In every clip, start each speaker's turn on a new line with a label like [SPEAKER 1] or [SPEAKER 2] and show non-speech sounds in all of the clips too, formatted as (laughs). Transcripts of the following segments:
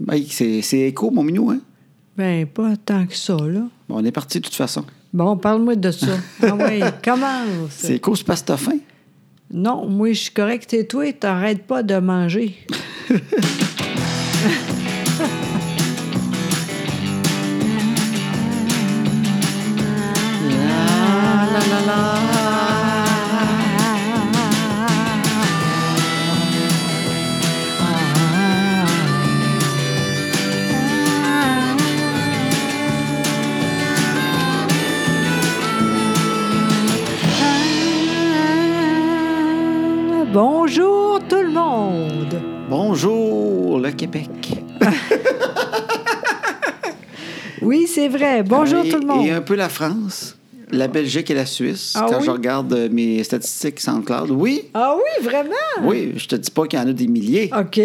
[SPEAKER 1] Mike, c'est c'est écho, mon minou, hein?
[SPEAKER 2] Ben, pas tant que ça, là.
[SPEAKER 1] Bon, on est parti de toute façon.
[SPEAKER 2] Bon, parle-moi de ça. Ah oui, commence.
[SPEAKER 1] C'est écho, c'est parce que t'as faim.
[SPEAKER 2] Non, moi, je suis correcte et toi, t'arrêtes pas de manger. (laughs) Bonjour tout le monde.
[SPEAKER 1] Bonjour, le Québec.
[SPEAKER 2] Oui, c'est vrai. Bonjour
[SPEAKER 1] Et-
[SPEAKER 2] tout le monde.
[SPEAKER 1] Et euh, un peu la France, la Belgique et la Suisse.
[SPEAKER 2] Ah
[SPEAKER 1] quand
[SPEAKER 2] oui?
[SPEAKER 1] je regarde euh, mes statistiques SoundCloud, oui,
[SPEAKER 2] Ah oui, vraiment?
[SPEAKER 1] oui, je te dis pas qu'il y en a des milliers,
[SPEAKER 2] OK.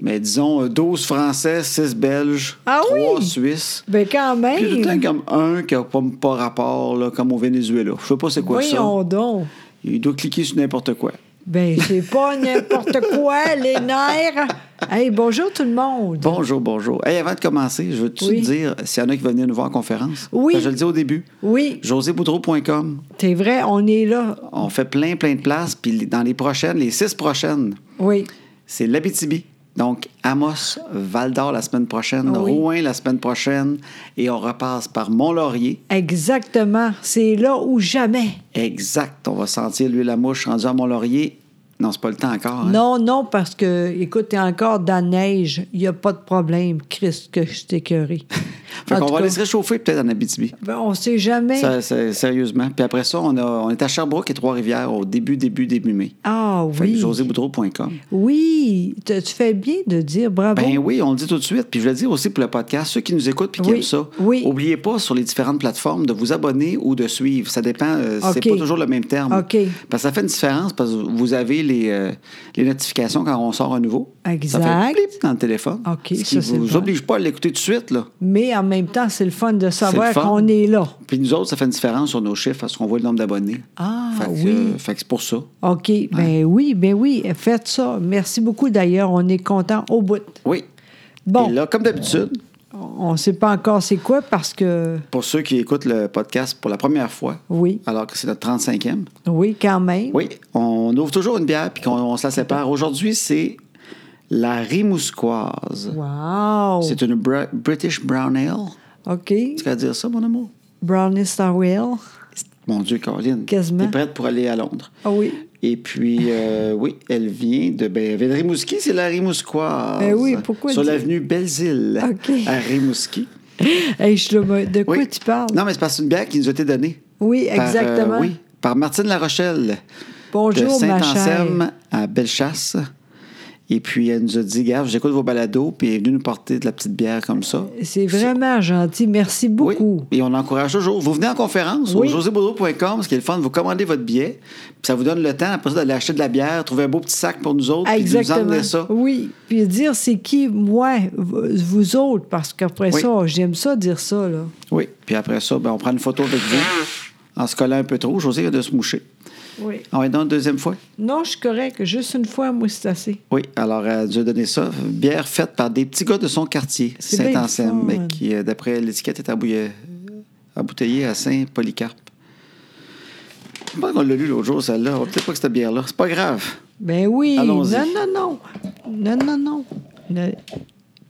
[SPEAKER 1] mais disons euh, 12 Français, 6 Belges,
[SPEAKER 2] Ah oui?
[SPEAKER 1] 3 Suisses.
[SPEAKER 2] Ben quand
[SPEAKER 1] Puis tout le temps
[SPEAKER 2] même.
[SPEAKER 1] comme un qui n'a pas, pas rapport, là, comme au Venezuela. Je sais pas c'est quoi
[SPEAKER 2] Voyons donc.
[SPEAKER 1] ça. Il doit cliquer sur n'importe quoi.
[SPEAKER 2] Ben, c'est pas (laughs) n'importe quoi, les nerfs. Hey, bonjour tout le monde.
[SPEAKER 1] Bonjour, bonjour. Hey, avant de commencer, je veux-tu
[SPEAKER 2] Oui.
[SPEAKER 1] te dire s'il y en a qui veulent venir nous voir en conférence?
[SPEAKER 2] Oui.
[SPEAKER 1] Parce que Je le dis au début.
[SPEAKER 2] Oui,
[SPEAKER 1] joséboudreau.com.
[SPEAKER 2] c'est vrai, on est là.
[SPEAKER 1] On fait plein, plein de places. Puis dans les prochaines, les six prochaines,
[SPEAKER 2] Oui.
[SPEAKER 1] c'est l'Abitibi. Donc, Amos, Val d'Or la semaine prochaine,
[SPEAKER 2] Ah oui.
[SPEAKER 1] Rouen la semaine prochaine. Et on repasse par Mont-Laurier.
[SPEAKER 2] Exactement. C'est là ou jamais.
[SPEAKER 1] Exact. On va sentir l'huile à mouche rendu à Mont-Laurier. Non, c'est pas le temps encore. hein?
[SPEAKER 2] Non, non, parce que, écoute, t'es encore dans la neige. Il n'y a pas de problème. Christ, que je t'écœuré.
[SPEAKER 1] (laughs) Fait qu'on va aller se réchauffer peut-être en Abitibi.
[SPEAKER 2] ben, on sait jamais.
[SPEAKER 1] Ça, c'est- sérieusement. Puis après ça, on, a- on est à Sherbrooke et Trois-Rivières au début, début, début mai.
[SPEAKER 2] Ah
[SPEAKER 1] Fait que
[SPEAKER 2] oui.
[SPEAKER 1] joséboudreau.com.
[SPEAKER 2] Oui. Tu tu fais bien de dire bravo.
[SPEAKER 1] Ben oui, on le dit tout de suite. Puis je veux le dire aussi pour le podcast, ceux qui nous écoutent puis qui
[SPEAKER 2] Oh. Oui,
[SPEAKER 1] aiment ça,
[SPEAKER 2] oui.
[SPEAKER 1] oubliez pas sur les différentes plateformes de vous abonner ou de suivre. Ça dépend, euh,
[SPEAKER 2] OK.
[SPEAKER 1] c'est pas toujours le même terme.
[SPEAKER 2] OK.
[SPEAKER 1] Parce que ça fait une différence parce que vous avez les, euh, les notifications quand on sort un nouveau. Ça fait
[SPEAKER 2] Exact.
[SPEAKER 1] plip dans le téléphone.
[SPEAKER 2] OK,
[SPEAKER 1] ce qui
[SPEAKER 2] ça, c'est
[SPEAKER 1] vous
[SPEAKER 2] le fun.
[SPEAKER 1] oblige pas à l'écouter tout de suite. Là.
[SPEAKER 2] Mais en même temps, c'est le fun de savoir
[SPEAKER 1] fun.
[SPEAKER 2] qu'on est là.
[SPEAKER 1] Puis nous autres, ça fait une différence sur nos chiffres parce qu'on voit le nombre d'abonnés.
[SPEAKER 2] Ah,
[SPEAKER 1] Fait que,
[SPEAKER 2] oui.
[SPEAKER 1] euh, fait que c'est pour ça.
[SPEAKER 2] OK. Ben oui, ben oui. Faites ça. Merci beaucoup d'ailleurs. On est content au bout.
[SPEAKER 1] Oui.
[SPEAKER 2] Bon,
[SPEAKER 1] Et là, comme d'habitude,
[SPEAKER 2] on ne sait pas encore c'est quoi parce que.
[SPEAKER 1] pour ceux qui écoutent le podcast pour la première fois,
[SPEAKER 2] Oui,
[SPEAKER 1] alors que c'est notre 35e,
[SPEAKER 2] oui, quand même.
[SPEAKER 1] Ah. Oui, on ouvre toujours une bière puis qu'on on se la sépare. Aujourd'hui, c'est la Rimousquoise.
[SPEAKER 2] Wow.
[SPEAKER 1] C'est une Bra- British Brown Ale.
[SPEAKER 2] OK.
[SPEAKER 1] Tu vas dire ça, mon amour?
[SPEAKER 2] Brownie Starwell.
[SPEAKER 1] Mon Dieu, Caroline.
[SPEAKER 2] Quasiment.
[SPEAKER 1] T'es prête pour aller à Londres.
[SPEAKER 2] Ah oui.
[SPEAKER 1] Et puis, euh, (laughs) oui, elle vient de, ben, elle vient de Rimouski, c'est la Rimousquoise.
[SPEAKER 2] Ben oui, pourquoi
[SPEAKER 1] Sur
[SPEAKER 2] dire-
[SPEAKER 1] l'avenue Belle-Île,
[SPEAKER 2] OK.
[SPEAKER 1] à Rimouski.
[SPEAKER 2] Hey, je suis là, mais de quoi
[SPEAKER 1] Oui.
[SPEAKER 2] tu parles?
[SPEAKER 1] Non, mais c'est parce que c'est une bière qui nous a été donnée.
[SPEAKER 2] Oui,
[SPEAKER 1] Par, euh,
[SPEAKER 2] exactement.
[SPEAKER 1] oui, par Martine La Rochelle.
[SPEAKER 2] Bonjour,
[SPEAKER 1] de
[SPEAKER 2] ma chère.
[SPEAKER 1] Saint-Anselme à Bellechasse. Et puis, elle nous a dit, Gaffe, j'écoute vos balados, puis elle est venue nous porter de la petite bière comme ça.
[SPEAKER 2] C'est vraiment gentil. Merci
[SPEAKER 1] Oui,
[SPEAKER 2] beaucoup.
[SPEAKER 1] et on encourage toujours. Vous venez en conférence
[SPEAKER 2] Oui.
[SPEAKER 1] au josébaudreau.com, ce qui est le fun, vous commandez votre billet, puis ça vous donne le temps après ça d'aller acheter de la bière, trouver un beau petit sac pour nous autres, puis de nous emmener ça.
[SPEAKER 2] Ah, Oui. Puis dire c'est qui, moi, v- vous autres, parce qu'après
[SPEAKER 1] Oui.
[SPEAKER 2] ça, j'aime ça dire ça, là.
[SPEAKER 1] Oui, puis après ça, ben, on prend une photo avec vous en se collant un peu trop. José vient de se moucher.
[SPEAKER 2] Oui.
[SPEAKER 1] On est dans une deuxième fois?
[SPEAKER 2] Non, je suis correct. Juste une fois, moi, c'est assez.
[SPEAKER 1] Oui, alors euh, Dieu donné ça. Bière faite par des petits gars de son quartier,
[SPEAKER 2] C'est bien
[SPEAKER 1] Saint-Anselme,
[SPEAKER 2] le fun.
[SPEAKER 1] mais qui, euh, d'après l'étiquette, est abouille- embouteillée à Saint-Polycarpe. Je pense qu'on l'a lu l'autre jour, celle-là. On va peut-être pas que cette bière-là. C'est pas grave.
[SPEAKER 2] Ben oui.
[SPEAKER 1] Allons-y.
[SPEAKER 2] Non, non, non. Non, non, non. Ne-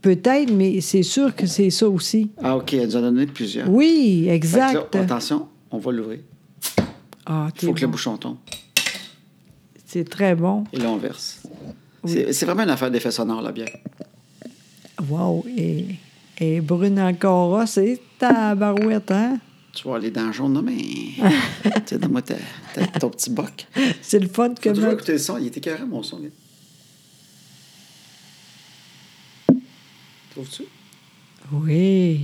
[SPEAKER 2] Peut-être, mais c'est sûr que c'est ça aussi.
[SPEAKER 1] Ah, OK, elle nous en a donné plusieurs.
[SPEAKER 2] Oui,
[SPEAKER 1] Fait que là,
[SPEAKER 2] exact.
[SPEAKER 1] attention, on va l'ouvrir.
[SPEAKER 2] Ah,
[SPEAKER 1] Il
[SPEAKER 2] t'es
[SPEAKER 1] faut que le
[SPEAKER 2] bon.
[SPEAKER 1] bouchon tombe.
[SPEAKER 2] C'est très bon.
[SPEAKER 1] Et là, on verse. C'est- C'est vraiment une affaire d'effet sonore, la bière.
[SPEAKER 2] Wow. Et, et brune encore, Ah, c'est ta barouette, hein?
[SPEAKER 1] Tu vois, les dents jaunes, non,
[SPEAKER 2] (laughs)
[SPEAKER 1] mais. tu sais, donne-moi ta- ta- ton petit boc.
[SPEAKER 2] C'est le fun
[SPEAKER 1] Tu
[SPEAKER 2] que
[SPEAKER 1] as toujours
[SPEAKER 2] ma-
[SPEAKER 1] écouté le son. Il était carré, mon son. là. Trouves-tu?
[SPEAKER 2] Oui.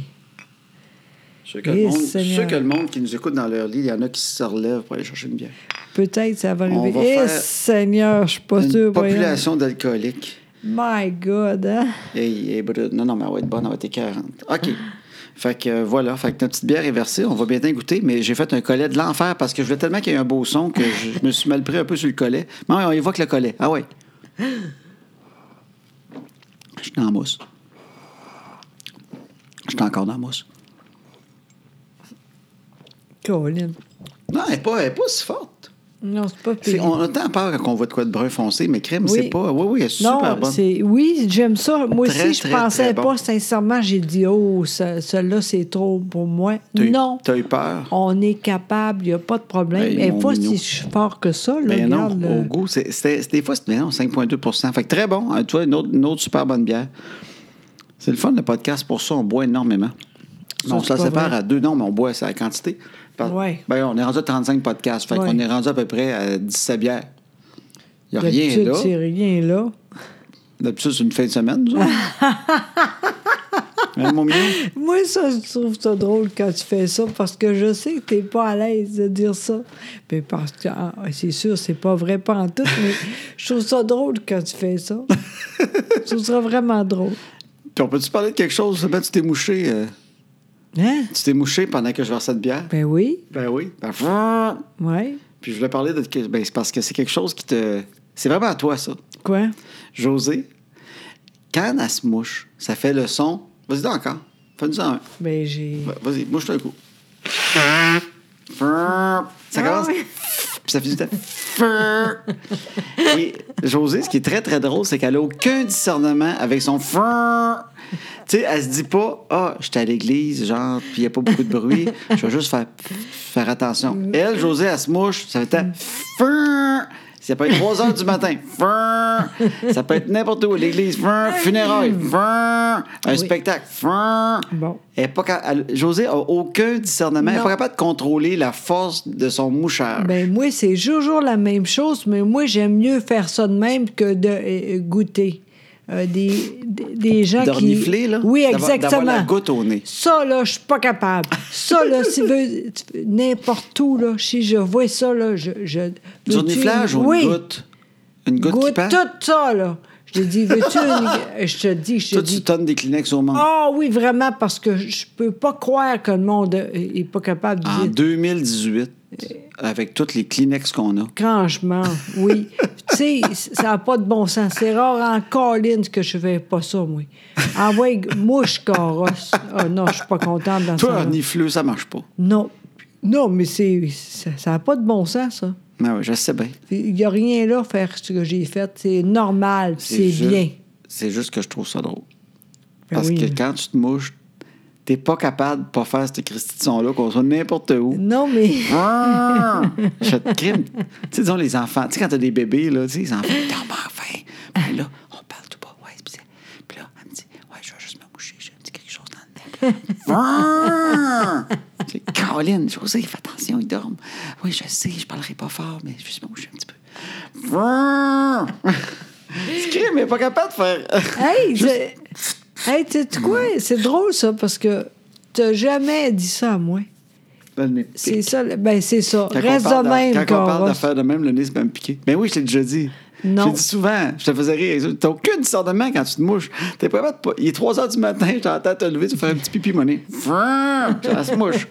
[SPEAKER 1] Je sais que, le
[SPEAKER 2] Eh,
[SPEAKER 1] monde, je suis
[SPEAKER 2] Seigneur.
[SPEAKER 1] sûr que le monde qui nous écoute dans leur lit, il y en a qui se relèvent pour aller chercher une bière.
[SPEAKER 2] Peut-être ça va
[SPEAKER 1] On
[SPEAKER 2] arriver.
[SPEAKER 1] va
[SPEAKER 2] Eh,
[SPEAKER 1] faire
[SPEAKER 2] Seigneur, je suis pas
[SPEAKER 1] Une
[SPEAKER 2] sûre. voyons.
[SPEAKER 1] population d'alcooliques.
[SPEAKER 2] My God, hein?
[SPEAKER 1] Hey, hey, brut. Non, non, mais elle va être bonne, elle va être 40. OK. Fait que euh, voilà, fait que notre petite bière est versée, on va bien t'en goûter, mais j'ai fait un collet de l'enfer parce que je voulais tellement qu'il y ait un beau son que je, je me suis mal pris un peu sur le collet. Mais ouais, on évoque le collet. Ah ouais. Je suis en mousse. J'étais encore dans la mousse.
[SPEAKER 2] Colin.
[SPEAKER 1] Non, elle n'est pas, elle est pas si forte.
[SPEAKER 2] Non, c'est pas
[SPEAKER 1] C'est-
[SPEAKER 2] pire.
[SPEAKER 1] on a tant peur quand on voit de quoi de brun foncé, mais crème,
[SPEAKER 2] Oui.
[SPEAKER 1] c'est pas. Oui, oui, elle est super
[SPEAKER 2] Non,
[SPEAKER 1] bonne.
[SPEAKER 2] c'est oui, j'aime ça. Moi
[SPEAKER 1] Très,
[SPEAKER 2] aussi, je
[SPEAKER 1] très,
[SPEAKER 2] pensais
[SPEAKER 1] très bon.
[SPEAKER 2] pas sincèrement. J'ai dit oh, ce- celle-là c'est trop pour moi.
[SPEAKER 1] T'as eu-
[SPEAKER 2] Non,
[SPEAKER 1] T'as eu peur?
[SPEAKER 2] on est capable, il n'y a pas de problème.
[SPEAKER 1] Ben,
[SPEAKER 2] Elle
[SPEAKER 1] mon
[SPEAKER 2] n'est pas
[SPEAKER 1] minou.
[SPEAKER 2] si fort que ça. Là,
[SPEAKER 1] Mais Ben non,
[SPEAKER 2] regarde,
[SPEAKER 1] au
[SPEAKER 2] là.
[SPEAKER 1] goût, c'est- c'était- c'était- des fois, c'était mais non, 5,2 Fait que très bon. hein, tu vois, une autre, une autre super bonne bière. C'est le fun, le podcast. Pour ça, on boit énormément.
[SPEAKER 2] Ça,
[SPEAKER 1] on
[SPEAKER 2] c'est
[SPEAKER 1] se la
[SPEAKER 2] pas
[SPEAKER 1] sépare
[SPEAKER 2] vrai.
[SPEAKER 1] à deux. Non, mais on boit, c'est la quantité. Par-
[SPEAKER 2] Ouais.
[SPEAKER 1] ben, on est rendu à 35 podcasts. Fait
[SPEAKER 2] Ouais.
[SPEAKER 1] qu'on est rendu à peu près à 17 bières. Il n'y a rien
[SPEAKER 2] D'habitude,
[SPEAKER 1] là.
[SPEAKER 2] C'est rien là.
[SPEAKER 1] D'habitude, c'est une fin de semaine, nous autres.
[SPEAKER 2] (laughs)
[SPEAKER 1] Hein, mon minou?
[SPEAKER 2] Moi, ça, je trouve ça drôle quand tu fais ça parce que je sais que t'es pas à l'aise de dire ça. Mais parce que, ah, c'est sûr, c'est pas vrai pas en tout, mais je trouve ça drôle quand tu fais ça. je trouve ça vraiment drôle.
[SPEAKER 1] Puis on peut-tu parler de quelque chose? Ben, tu t'es mouché. euh,
[SPEAKER 2] Hein?
[SPEAKER 1] tu t'es mouché pendant que je versais de bière?
[SPEAKER 2] Ben oui,
[SPEAKER 1] Ben oui. Ben,
[SPEAKER 2] ouais.
[SPEAKER 1] Puis je voulais parler de. Ben, c'est parce que c'est quelque chose qui te. C'est vraiment à toi, ça.
[SPEAKER 2] Quoi?
[SPEAKER 1] José, quand elle se mouche, ça fait le son. Vas-y, donc encore. Fais-nous un.
[SPEAKER 2] Ben j'ai.
[SPEAKER 1] Va- Bah, Vas-y, mouche-toi un coup. Ça commence.
[SPEAKER 2] Ah oui.
[SPEAKER 1] Puis ça finit de. Et José, ce qui est très, très drôle, c'est qu'elle n'a aucun discernement avec son. Tu sais, elle se dit pas, ah, j'étais à l'église, genre, puis il n'y a pas beaucoup de bruit, je vais juste faire, faire attention. Elle, José, elle se mouche, ça fait un. Ça peut être 3 heures du matin. Ça peut être n'importe où. L'église, funérailles, un spectacle.
[SPEAKER 2] Bon.
[SPEAKER 1] Elle est pas ca- elle- José n'a aucun discernement. Elle n'est
[SPEAKER 2] Non.
[SPEAKER 1] pas capable de contrôler la force de son mouchage.
[SPEAKER 2] Ben moi, c'est toujours la même chose, mais moi, j'aime mieux faire ça de même que de euh, goûter. Euh, des, des- des gens qui...
[SPEAKER 1] D'ornifler, là?
[SPEAKER 2] Oui,
[SPEAKER 1] D'avoir-
[SPEAKER 2] exactement.
[SPEAKER 1] d'avoir la goutte au nez.
[SPEAKER 2] Ça, là, je suis pas capable.
[SPEAKER 1] (laughs)
[SPEAKER 2] Ça, là, si veux, tu- n'importe où, là, si je vois ça, là, je... je
[SPEAKER 1] du
[SPEAKER 2] veux-tu-
[SPEAKER 1] reniflage ou
[SPEAKER 2] Oui,
[SPEAKER 1] une goutte? Une goutte, qui
[SPEAKER 2] goûte
[SPEAKER 1] passe?
[SPEAKER 2] tout ça, là. Je te dis, veux-tu
[SPEAKER 1] (laughs)
[SPEAKER 2] une... Je te dis, je te
[SPEAKER 1] Toi,
[SPEAKER 2] dis...
[SPEAKER 1] tu tonnes des Kleenex au monde.
[SPEAKER 2] Ah oui, vraiment, parce que je peux pas croire que le monde euh, est pas capable de
[SPEAKER 1] En
[SPEAKER 2] dire...
[SPEAKER 1] 2018, avec tous les Kleenex qu'on a,
[SPEAKER 2] Franchement,
[SPEAKER 1] (laughs)
[SPEAKER 2] oui. tu sais, ça n'a pas de bon sens. C'est rare en colline que je fais pas ça, moi. Envoie mouche, carrosse. Ah non, je suis pas contente dans
[SPEAKER 1] toi,
[SPEAKER 2] ça.
[SPEAKER 1] un nifleux, ça marche pas.
[SPEAKER 2] Non. Non, mais c'est ça n'a pas de bon sens, ça.
[SPEAKER 1] Ah oui, je sais bien.
[SPEAKER 2] Il n'y a rien là à faire ce que j'ai fait. C'est normal, puis c'est
[SPEAKER 1] juste-
[SPEAKER 2] bien.
[SPEAKER 1] C'est juste que je trouve ça drôle.
[SPEAKER 2] Ben
[SPEAKER 1] Parce
[SPEAKER 2] oui.
[SPEAKER 1] que quand tu te mouches, t'es pas capable de pas faire cette Christie de son-là, qu'on soit n'importe où.
[SPEAKER 2] Non,
[SPEAKER 1] (laughs)
[SPEAKER 2] mais
[SPEAKER 1] Ah! Je te crime. Tu sais, disons, les enfants, tu sais, quand t'as des bébés, là, tu sais, les enfants, t'en meurs faim. Puis là, on parle tout bas. Ouais, puis, c'est- puis là, elle me dit, ouais, je vais juste me moucher, j'ai un petit quelque chose dans le nez. Vrrr! Tu sais, Caroline, José, fais attention, il dorment. Oui, je sais, je parlerai pas fort, mais je vais juste me moucher un petit peu. (laughs) Vrrr! Tu crimes, mais pas capable de faire.
[SPEAKER 2] Hey, je- hey tu sais quoi? C'est drôle, ça, parce que tu n'as jamais dit ça à moi. C'est ça, le- ben c'est ça.
[SPEAKER 1] Quand
[SPEAKER 2] Reste
[SPEAKER 1] on parle
[SPEAKER 2] de
[SPEAKER 1] d'a-
[SPEAKER 2] même,
[SPEAKER 1] Quand on parle
[SPEAKER 2] Carrosse.
[SPEAKER 1] d'affaires de même, le nez, c'est même piqué. Mais oui, je t'ai déjà dit.
[SPEAKER 2] Non.
[SPEAKER 1] Je l'ai dit souvent. Je te faisais rire. T'as aucune discernement quand tu te mouches. T'es pas capable de pas- Il est 3 h du matin, je t'entends te lever, tu fais un petit pipi, mon nez. Frrrr, Ça se mouche.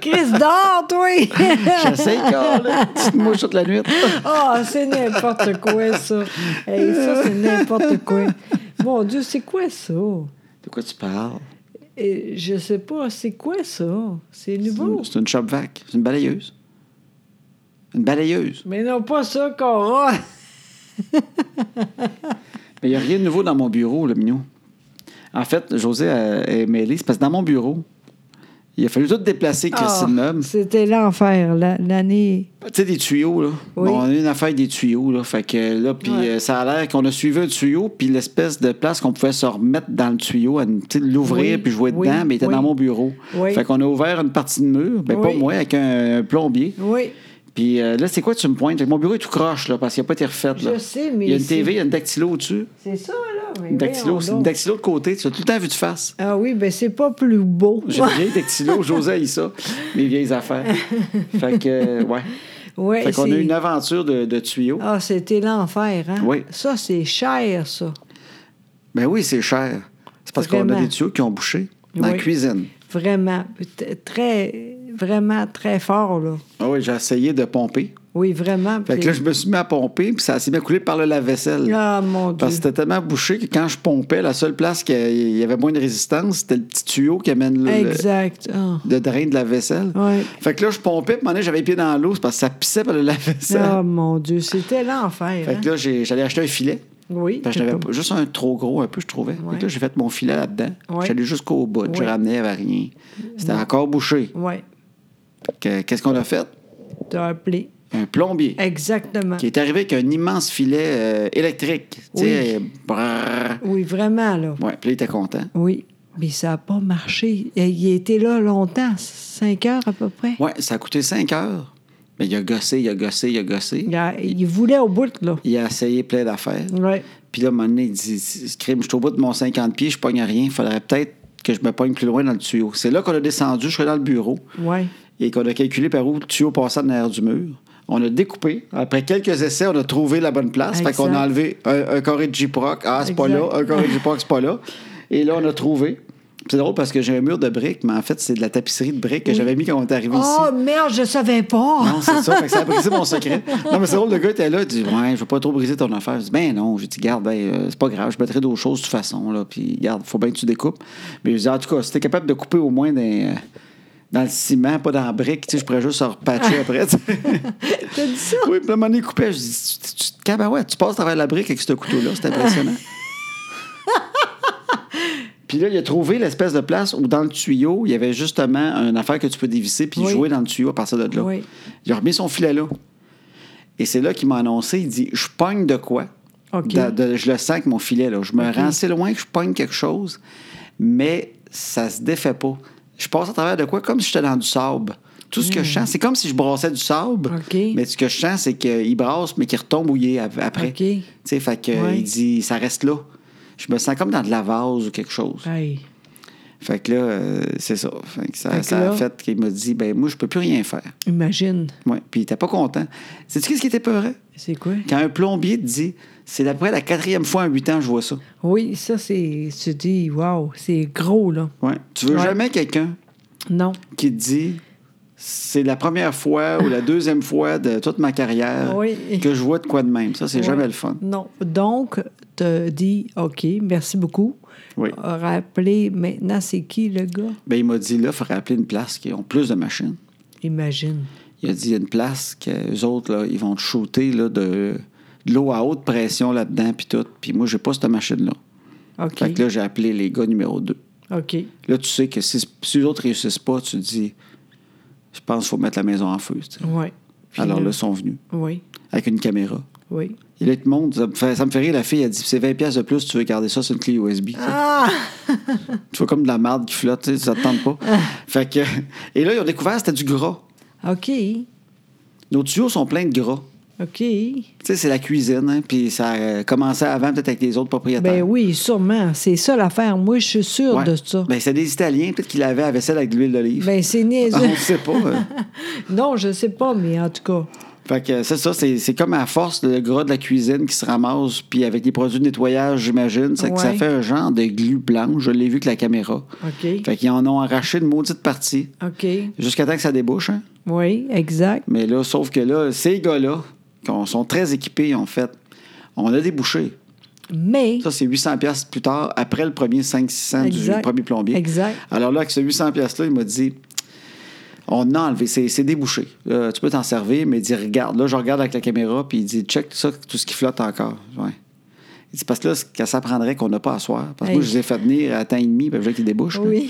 [SPEAKER 2] Chris, dors, toi!
[SPEAKER 1] (laughs) J'essaie, Carl. Tu te mouches toute la nuit.
[SPEAKER 2] Ah, c'est n'importe quoi, ça. Hey, ça, c'est n'importe quoi. Mon Dieu, c'est quoi ça?
[SPEAKER 1] De quoi tu parles?
[SPEAKER 2] Et je sais pas, c'est quoi ça? C'est
[SPEAKER 1] C'est
[SPEAKER 2] nouveau.
[SPEAKER 1] une- C'est une shop vac. C'est une balayeuse. Une balayeuse.
[SPEAKER 2] Mais non, pas ça, Ah! Cora.
[SPEAKER 1] Mais il n'y a rien de nouveau dans mon bureau, le mignon. En fait, José euh, est mêlé. C'est parce que dans mon bureau, il a fallu tout déplacer, Christine
[SPEAKER 2] Ah,
[SPEAKER 1] Noble.
[SPEAKER 2] C'était l'enfer, la- l'année.
[SPEAKER 1] Tu sais, des tuyaux, là.
[SPEAKER 2] Oui.
[SPEAKER 1] Bon, on a eu une affaire avec des tuyaux, là. Fait que là, puis
[SPEAKER 2] Ouais.
[SPEAKER 1] euh, ça a l'air qu'on a suivi un tuyau, puis l'espèce de place qu'on pouvait se remettre dans le tuyau, à une- tu sais, l'ouvrir,
[SPEAKER 2] Oui,
[SPEAKER 1] puis jouer
[SPEAKER 2] oui,
[SPEAKER 1] dedans, mais il était
[SPEAKER 2] oui.
[SPEAKER 1] dans mon bureau.
[SPEAKER 2] Oui.
[SPEAKER 1] Fait qu'on a ouvert une partie de mur, ben pas
[SPEAKER 2] Oui.
[SPEAKER 1] moi, avec un, un plombier.
[SPEAKER 2] Oui.
[SPEAKER 1] Puis euh, là, c'est quoi que tu me pointes? Fait que mon bureau est tout croche, là, parce qu'il n'a pas été refait, là.
[SPEAKER 2] Je sais, mais
[SPEAKER 1] Il y a une
[SPEAKER 2] c'est-
[SPEAKER 1] TV, il y a une dactylo au-dessus.
[SPEAKER 2] C'est ça, là. Mais
[SPEAKER 1] Une dactylo,
[SPEAKER 2] voyons
[SPEAKER 1] c'est une
[SPEAKER 2] donc.
[SPEAKER 1] dactylo de côté. Tu as tout le temps vu de face.
[SPEAKER 2] Ah oui, ben c'est pas plus beau.
[SPEAKER 1] J'ai une vieille dactylo, José a eu ça, mes vieilles affaires. Fait que, euh, ouais.
[SPEAKER 2] (laughs) Ouais,
[SPEAKER 1] Fait qu'on a
[SPEAKER 2] Ben, c'est-
[SPEAKER 1] eu une aventure de, de tuyaux.
[SPEAKER 2] Ah, c'était l'enfer, hein?
[SPEAKER 1] Oui.
[SPEAKER 2] Ça, c'est cher, ça.
[SPEAKER 1] Ben oui, c'est cher. C'est parce qu'on a
[SPEAKER 2] Vraiment.
[SPEAKER 1] des tuyaux qui ont bouché dans la
[SPEAKER 2] Oui.
[SPEAKER 1] cuisine.
[SPEAKER 2] Vraiment. t- Très, vraiment très fort, là.
[SPEAKER 1] Ah oui, j'ai essayé de pomper.
[SPEAKER 2] Oui, vraiment.
[SPEAKER 1] Fait que
[SPEAKER 2] puis-
[SPEAKER 1] là, je me suis mis à pomper, puis ça s'est bien coulé par le lave-vaisselle.
[SPEAKER 2] Ah, mon Dieu.
[SPEAKER 1] Parce que c'était tellement bouché que quand je pompais, la seule place qu'il y avait moins de résistance, c'était le petit tuyau qui amène le, le-
[SPEAKER 2] Exact. Ah.
[SPEAKER 1] le drain de la vaisselle.
[SPEAKER 2] Ouais.
[SPEAKER 1] Fait que là, je pompais, puis à un moment donné, j'avais les pieds dans l'eau, c'est parce que ça pissait par le lave-vaisselle.
[SPEAKER 2] Ah, mon Dieu, c'était l'enfer.
[SPEAKER 1] Fait
[SPEAKER 2] Hein?
[SPEAKER 1] que là, j'ai- j'allais acheter un filet.
[SPEAKER 2] Oui.
[SPEAKER 1] Parce que j'avais pas- juste un trop gros, un peu, je trouvais. Fait
[SPEAKER 2] Ouais.
[SPEAKER 1] que là, j'ai fait mon filet là-dedans.
[SPEAKER 2] Ouais.
[SPEAKER 1] J'allais jusqu'au bout. Je
[SPEAKER 2] Ouais.
[SPEAKER 1] ramenais, il n'y avait rien. C'était encore bouché.
[SPEAKER 2] Oui,
[SPEAKER 1] Que- Qu'est-ce qu'on a fait?
[SPEAKER 2] tu as appelé.
[SPEAKER 1] Un plombier.
[SPEAKER 2] Exactement.
[SPEAKER 1] Qui est arrivé avec un immense filet euh, électrique. Tu sais, euh, brrr.
[SPEAKER 2] Oui, vraiment, là.
[SPEAKER 1] Ouais, puis là, il était content.
[SPEAKER 2] Oui. Mais ça n'a pas marché. Il- Il était là longtemps, cinq heures à peu près.
[SPEAKER 1] Ouais, ça a coûté 5 heures. Mais il a gossé, il a gossé, il a gossé.
[SPEAKER 2] Il, a- il voulait au bout, là.
[SPEAKER 1] Il a essayé plein d'affaires.
[SPEAKER 2] Oui.
[SPEAKER 1] Puis là, à un moment donné, il dit Ce crime, je suis au bout de mon 50 pieds, je pogne rien. Il faudrait peut-être que je me pogne plus loin dans le tuyau. C'est là qu'on a descendu, je suis allé dans le bureau
[SPEAKER 2] Oui.
[SPEAKER 1] et qu'on a calculé par où le tuyau passait en arrière du mur. On a découpé. Après quelques essais, on a trouvé la bonne place. Fait
[SPEAKER 2] Exact.
[SPEAKER 1] qu'on a enlevé un, un carré de J-Proc. Ah, c'est pas
[SPEAKER 2] Exact.
[SPEAKER 1] là. Un carré de J-Proc, c'est pas là. Et là, on a trouvé. Puis C'est drôle parce que j'ai un mur de briques, mais en fait, c'est de la tapisserie de briques que j'avais mis quand on est arrivé ici.
[SPEAKER 2] Oh, merde, je savais pas.
[SPEAKER 1] Non, c'est ça. Fait que ça a brisé mon secret. Non, mais c'est drôle, le gars était là, il dit Ouais, je veux pas trop briser ton affaire. Je dis Ben non, j'ai dit Garde, ben, euh, c'est pas grave, je mettrai d'autres choses de toute façon, là. Puis, garde, faut bien que tu découpes. Mais je dis En tout cas, si t'es capable de couper au moins dans, dans le ciment, pas dans la brique, tu sais, je pourrais juste repatcher après. tu sais.
[SPEAKER 2] (laughs) T'as dit ça?
[SPEAKER 1] oui, puis à un moment donné, il coupait. Je dis Tu- tu- tu- Cabarouette, tu passes à travers la brique avec ce couteau-là, c'est
[SPEAKER 2] (laughs)
[SPEAKER 1] impressionnant. Puis là, il a trouvé l'espèce de place où, dans le tuyau, il y avait justement une affaire que tu peux dévisser puis
[SPEAKER 2] Oui.
[SPEAKER 1] jouer dans le tuyau à partir de là.
[SPEAKER 2] Oui.
[SPEAKER 1] Il a remis son filet là. Et c'est là qu'il m'a annoncé, il dit, je pogne de quoi?
[SPEAKER 2] OK.
[SPEAKER 1] Da- de- je le sens avec mon filet, là. Je me rends assez loin que je pogne quelque chose, mais ça se défait pas. Je passe à travers de quoi? Comme si j'étais dans du sable. Tout ce que
[SPEAKER 2] Hmm.
[SPEAKER 1] je sens, c'est comme si je brassais du sable,
[SPEAKER 2] OK.
[SPEAKER 1] (laughs) mais ce que je sens, c'est qu'il brasse, mais qu'il retombe mouillé ap- après.
[SPEAKER 2] OK.
[SPEAKER 1] Tu sais, fait que,
[SPEAKER 2] Ouais.
[SPEAKER 1] il dit, ça reste là. Je me sens comme dans de la vase ou quelque chose.
[SPEAKER 2] Hey.
[SPEAKER 1] Fait que là, euh, c'est ça. Fait que ça,
[SPEAKER 2] Fait que
[SPEAKER 1] ça a
[SPEAKER 2] là-
[SPEAKER 1] fait qu'il m'a dit, ben moi, je peux plus rien faire.
[SPEAKER 2] Imagine.
[SPEAKER 1] Ouais, puis il était pas content. Sais-tu qu'est-ce qui était peureux?
[SPEAKER 2] C'est quoi?
[SPEAKER 1] Quand un plombier te dit, c'est d'après la quatrième fois en huit ans que je vois ça.
[SPEAKER 2] Oui, ça, c'est. Tu dis, waouh, c'est gros, là.
[SPEAKER 1] Ouais. Tu veux
[SPEAKER 2] Ouais.
[SPEAKER 1] jamais quelqu'un
[SPEAKER 2] Non.
[SPEAKER 1] qui te dit, c'est la première fois ou la deuxième fois de toute ma carrière
[SPEAKER 2] Oui.
[SPEAKER 1] que je vois de quoi de même. Ça, c'est
[SPEAKER 2] Ouais.
[SPEAKER 1] jamais le fun.
[SPEAKER 2] Non. Donc, te dis, OK, merci beaucoup.
[SPEAKER 1] Oui.
[SPEAKER 2] Rappelez maintenant, c'est qui le gars?
[SPEAKER 1] Ben, il m'a dit, là, il faudrait appeler une place qui ont plus de machines.
[SPEAKER 2] Imagine.
[SPEAKER 1] Il a dit, il y a une place que les autres, là, ils vont te shooter là, de, de l'eau à haute pression là-dedans, puis tout. Puis moi, j'ai pas cette machine-là.
[SPEAKER 2] OK.
[SPEAKER 1] Fait que là, j'ai appelé les gars numéro 2.
[SPEAKER 2] OK.
[SPEAKER 1] Là, tu sais que si, si les autres réussissent pas, tu te dis, je pense qu'il faut mettre la maison en feu. tu sais.
[SPEAKER 2] Oui. Puis
[SPEAKER 1] Alors là, ils sont venus
[SPEAKER 2] Oui.
[SPEAKER 1] avec une caméra.
[SPEAKER 2] Oui.
[SPEAKER 1] Et là, tout le monde, ça me fait, ça me fait rire, la fille, elle dit, c'est 20 pièces de plus, tu veux garder ça, c'est une clé USB. tu sais.
[SPEAKER 2] Ah!
[SPEAKER 1] Tu vois comme de la marde qui flotte, tu sais, ça te tente
[SPEAKER 2] (laughs)
[SPEAKER 1] pas. fait que, et là, ils ont découvert, que c'était du gras.
[SPEAKER 2] OK.
[SPEAKER 1] Nos tuyaux sont pleins de gras.
[SPEAKER 2] OK.
[SPEAKER 1] Tu sais, c'est la cuisine, hein, puis ça a commencé avant, peut-être avec les autres propriétaires.
[SPEAKER 2] Ben oui, sûrement. C'est ça l'affaire. Moi, je suis sûre
[SPEAKER 1] Ouais.
[SPEAKER 2] de ça.
[SPEAKER 1] Ben, c'est des Italiens, peut-être qu'ils lavaient à vaisselle avec de l'huile d'olive.
[SPEAKER 2] Ben, c'est
[SPEAKER 1] (laughs) On
[SPEAKER 2] niaiseux.
[SPEAKER 1] ne sait pas. hein.
[SPEAKER 2] non, je sais pas, mais en tout cas.
[SPEAKER 1] Fait que c'est ça, c'est c'est comme à force le gras de la cuisine qui se ramasse, puis avec des produits de nettoyage, j'imagine, c'est que ça
[SPEAKER 2] Ouais.
[SPEAKER 1] fait un genre de glu blanc. Je l'ai vu avec la caméra.
[SPEAKER 2] OK.
[SPEAKER 1] Fait qu'ils en ont arraché une maudite partie
[SPEAKER 2] OK.
[SPEAKER 1] jusqu'à temps que ça débouche. hein.
[SPEAKER 2] Oui, exact.
[SPEAKER 1] Mais là, sauf que là, ces gars-là, qui ont- sont très équipés, en fait, on a débouché.
[SPEAKER 2] Mais.
[SPEAKER 1] Ça, c'est 800 pièces plus tard, après le premier 500 du
[SPEAKER 2] Exact.
[SPEAKER 1] premier plombier.
[SPEAKER 2] Exact.
[SPEAKER 1] Alors là, avec ce 800 pièces là il m'a dit, on a enlevé, c'est c'est débouché. Là, tu peux t'en servir, mais il dit, regarde. Là, je regarde avec la caméra, puis il dit, check ça, tout ce qui flotte encore. Ouais. Il dit, parce que là, ce que ça prendrait qu'on n'a pas à soir. Parce que moi,
[SPEAKER 2] Hey.
[SPEAKER 1] je les ai fait venir à temps et demi, puis je voulais qu'ils débouchent. là.
[SPEAKER 2] Oui.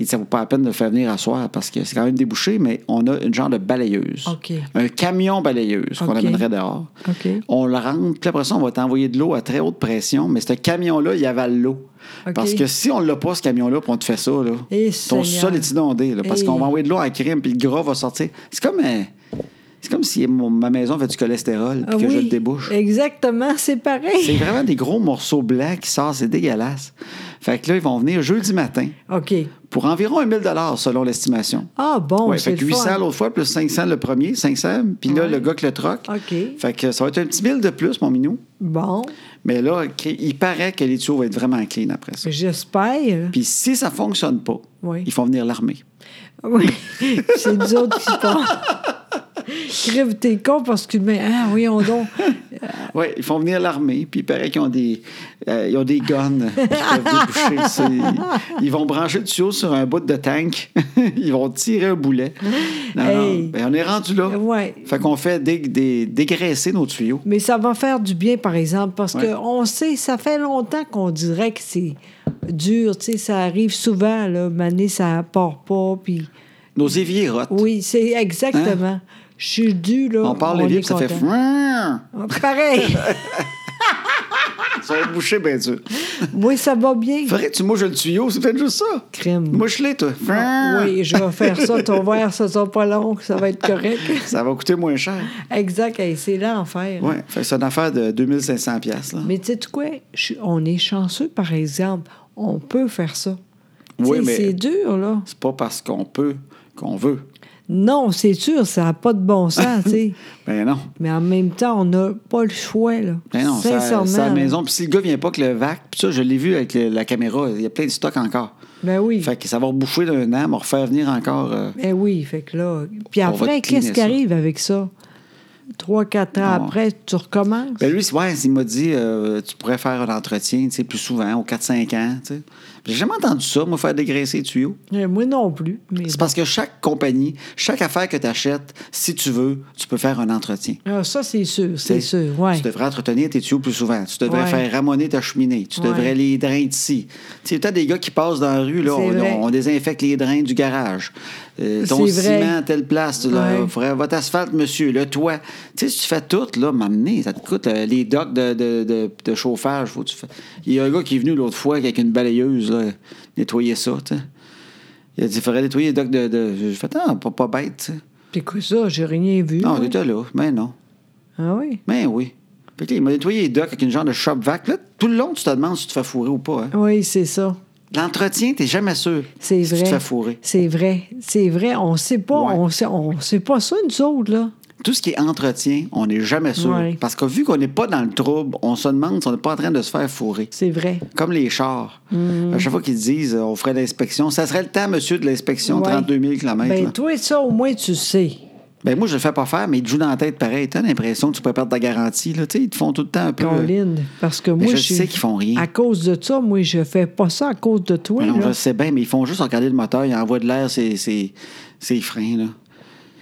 [SPEAKER 1] Il dit, ça vaut pas la peine de le faire venir à soir, parce que c'est quand même débouché, mais on a une genre de balayeuse.
[SPEAKER 2] OK.
[SPEAKER 1] Un camion balayeuse qu'on
[SPEAKER 2] OK.
[SPEAKER 1] amènerait dehors.
[SPEAKER 2] OK.
[SPEAKER 1] On le rentre, puis après ça, on va t'envoyer de l'eau à très haute pression, mais ce camion-là, il avale l'eau.
[SPEAKER 2] OK.
[SPEAKER 1] Parce que si on l'a pas, ce camion-là, puis on te fait ça, là,
[SPEAKER 2] Eh,
[SPEAKER 1] ton
[SPEAKER 2] Seigneur.
[SPEAKER 1] sol est inondé, là, parce
[SPEAKER 2] Eh.
[SPEAKER 1] qu'on va envoyer de l'eau à la crème, puis le gras va sortir. C'est comme, euh, c'est comme si mon- ma maison fait du cholestérol, puis
[SPEAKER 2] Ah
[SPEAKER 1] que je
[SPEAKER 2] oui,
[SPEAKER 1] le débouche.
[SPEAKER 2] Exactement, c'est
[SPEAKER 1] C'est
[SPEAKER 2] pareil.
[SPEAKER 1] vraiment des gros morceaux blancs qui sortent, c'est dégueulasse. Fait que là, ils vont venir jeudi matin
[SPEAKER 2] OK.
[SPEAKER 1] pour environ 1 000 selon l'estimation.
[SPEAKER 2] Ah bon,
[SPEAKER 1] Ouais,
[SPEAKER 2] c'est
[SPEAKER 1] fait que
[SPEAKER 2] le
[SPEAKER 1] 800
[SPEAKER 2] fun.
[SPEAKER 1] l'autre fois, plus 500 le premier, 500, puis là,
[SPEAKER 2] Ouais.
[SPEAKER 1] le gars qui le troc.
[SPEAKER 2] OK.
[SPEAKER 1] Fait que ça va être un petit mille de plus, mon minou.
[SPEAKER 2] Bon,
[SPEAKER 1] Mais là, il paraît que les tuyaux vont être vraiment clean après ça.
[SPEAKER 2] j'espère.
[SPEAKER 1] Puis si ça fonctionne pas,
[SPEAKER 2] Oui. (laughs)
[SPEAKER 1] ils font venir l'armée.
[SPEAKER 2] Oui, c'est nous autres qui parlent. Crive tes cons parce que, mais, ah, oui, on
[SPEAKER 1] (laughs)
[SPEAKER 2] donc.
[SPEAKER 1] Oui, ils font venir l'armée, puis il paraît qu'ils ont des, euh, ils ont des
[SPEAKER 2] (laughs)
[SPEAKER 1] guns qui peuvent déboucher. C'est- Ils vont brancher le tuyau sur un bout de tank. (laughs) ils vont tirer un boulet. Non,
[SPEAKER 2] Hey.
[SPEAKER 1] non, ben, on est rendu là.
[SPEAKER 2] Ouais.
[SPEAKER 1] Fait qu'on fait dé- dé- dégraisser nos tuyaux.
[SPEAKER 2] Mais ça va faire du bien, par exemple, parce
[SPEAKER 1] Ouais.
[SPEAKER 2] que on sait, ça fait longtemps qu'on dirait que c'est dur, tu sais, ça arrive souvent, là, mané, ça part pas, puis...
[SPEAKER 1] Nos éviers rotent.
[SPEAKER 2] Oui, c'est exactement. Je suis dû, là,
[SPEAKER 1] Hein? On parle l'évier,
[SPEAKER 2] est
[SPEAKER 1] puis ça fait...
[SPEAKER 2] content.
[SPEAKER 1] Fouin (laughs)
[SPEAKER 2] Pareil.
[SPEAKER 1] Ça va être bouché bien dur.
[SPEAKER 2] Moi, ça va bien.
[SPEAKER 1] Faudrait que tu mouches le tuyau, c'est peut-être juste ça.
[SPEAKER 2] Crime.
[SPEAKER 1] Mouche-les, toi. Fouin
[SPEAKER 2] Oui, je vais faire ça, ton verre, ça sera pas long, ça va être correct.
[SPEAKER 1] (laughs) Ça va coûter moins cher.
[SPEAKER 2] exact, hey, c'est l'enfer.
[SPEAKER 1] Oui, c'est une affaire de 2500 pièces là.
[SPEAKER 2] Mais tu sais quoi, je suis- on est chanceux, par exemple, on peut faire ça. Tu
[SPEAKER 1] Oui,
[SPEAKER 2] sais,
[SPEAKER 1] mais-
[SPEAKER 2] C'est dur, là.
[SPEAKER 1] C'est pas parce qu'on peut qu'on veut.
[SPEAKER 2] Non, c'est sûr, ça n'a pas de
[SPEAKER 1] (laughs)
[SPEAKER 2] bon sens, tu sais.
[SPEAKER 1] Ben non.
[SPEAKER 2] Mais en même temps, on n'a pas le choix, là.
[SPEAKER 1] Ben non, c'est à
[SPEAKER 2] Sincèrement.
[SPEAKER 1] la
[SPEAKER 2] là.
[SPEAKER 1] maison. Puis si le gars vient pas que le vac, puis ça, je l'ai vu avec le- la caméra, il y a plein de stock encore.
[SPEAKER 2] Ben oui.
[SPEAKER 1] Fait que ça va reboucher d'un an, me refaire venir encore. euh,
[SPEAKER 2] Ben oui, fait que là. Puis
[SPEAKER 1] On va
[SPEAKER 2] après,
[SPEAKER 1] te cleaner
[SPEAKER 2] qu'est-ce qui
[SPEAKER 1] ça.
[SPEAKER 2] arrive avec ça? Trois, quatre ans
[SPEAKER 1] Non.
[SPEAKER 2] après, tu recommences?
[SPEAKER 1] Ben lui, c'est- ouais, il m'a dit, euh, tu pourrais faire un entretien, tu sais, plus souvent, aux 4-5 ans, tu sais. J'ai jamais entendu ça, moi, faire dégraisser les tuyaux.
[SPEAKER 2] Euh, Moi non plus. Mais...
[SPEAKER 1] C'est parce que chaque compagnie, chaque affaire que tu achètes, si tu veux, tu peux faire un entretien.
[SPEAKER 2] Ah, ça, c'est sûr, c'est
[SPEAKER 1] T'sais,
[SPEAKER 2] sûr, oui.
[SPEAKER 1] Tu devrais entretenir tes tuyaux plus souvent. Tu devrais
[SPEAKER 2] Ouais.
[SPEAKER 1] faire ramonner ta cheminée. Tu
[SPEAKER 2] Ouais.
[SPEAKER 1] devrais les drains d'ici. Tu sais, t'as des gars qui passent dans la rue, là,
[SPEAKER 2] C'est
[SPEAKER 1] on,
[SPEAKER 2] vrai.
[SPEAKER 1] on- on désinfecte les drains du garage. Euh, ton
[SPEAKER 2] C'est vrai.
[SPEAKER 1] ciment à telle place, là,
[SPEAKER 2] Ouais.
[SPEAKER 1] faudrait- votre asphalte, monsieur, le toit. Tu sais, si tu fais tout, là, m'amener, ça te coûte euh, les docks de, de- de- de chauffage. faut que tu fais- Il y a un gars qui est venu l'autre fois avec une balayeuse là, nettoyer ça, tu sais. Il a dit, faudrait nettoyer les docks de... de... J'ai fait, ah, pas, pas bête, tu sais.
[SPEAKER 2] Puis quoi ça, j'ai rien vu.
[SPEAKER 1] Non,
[SPEAKER 2] moi.
[SPEAKER 1] t'étais là, mais non.
[SPEAKER 2] Ah oui?
[SPEAKER 1] Ben oui. Fait que là, il m'a nettoyé les docks avec une genre de shop vac. Là, tout le long, tu te demandes si tu te fais fourrer ou pas. hein.
[SPEAKER 2] Oui, c'est ça.
[SPEAKER 1] L'entretien, t'es jamais sûr
[SPEAKER 2] C'est
[SPEAKER 1] si
[SPEAKER 2] vrai.
[SPEAKER 1] tu te fais fourrer.
[SPEAKER 2] C'est vrai. C'est vrai. On sait pas.
[SPEAKER 1] Ouais.
[SPEAKER 2] On, sait, on sait pas ça, nous autres, là.
[SPEAKER 1] Tout ce qui est entretien, on n'est jamais sûr.
[SPEAKER 2] Ouais.
[SPEAKER 1] Parce que vu qu'on n'est pas dans le trouble, on se demande si on n'est pas en train de se faire fourrer.
[SPEAKER 2] C'est vrai.
[SPEAKER 1] Comme les chars.
[SPEAKER 2] Mhm.
[SPEAKER 1] À chaque fois qu'ils disent euh, on ferait l'inspection, ça serait le temps, monsieur, de l'inspection,
[SPEAKER 2] Ouais.
[SPEAKER 1] 32 000 km.
[SPEAKER 2] Ben, toi, ça, au moins, tu sais.
[SPEAKER 1] Ben, moi, je le fais pas faire, mais ils te jouent dans la tête pareil. T'as l'impression que tu peux perdre ta garantie. Là. Tu sais, Ils te font tout le temps un peu. euh,
[SPEAKER 2] Caroline, parce que moi,
[SPEAKER 1] je
[SPEAKER 2] je,
[SPEAKER 1] le
[SPEAKER 2] suis-
[SPEAKER 1] sais qu'ils font rien.
[SPEAKER 2] À cause de ça, moi, je fais pas ça à cause de toi.
[SPEAKER 1] Mais non,
[SPEAKER 2] là.
[SPEAKER 1] je le sais bien, mais ils font juste regarder le moteur, ils envoient de l'air ses, ses, ses freins, là.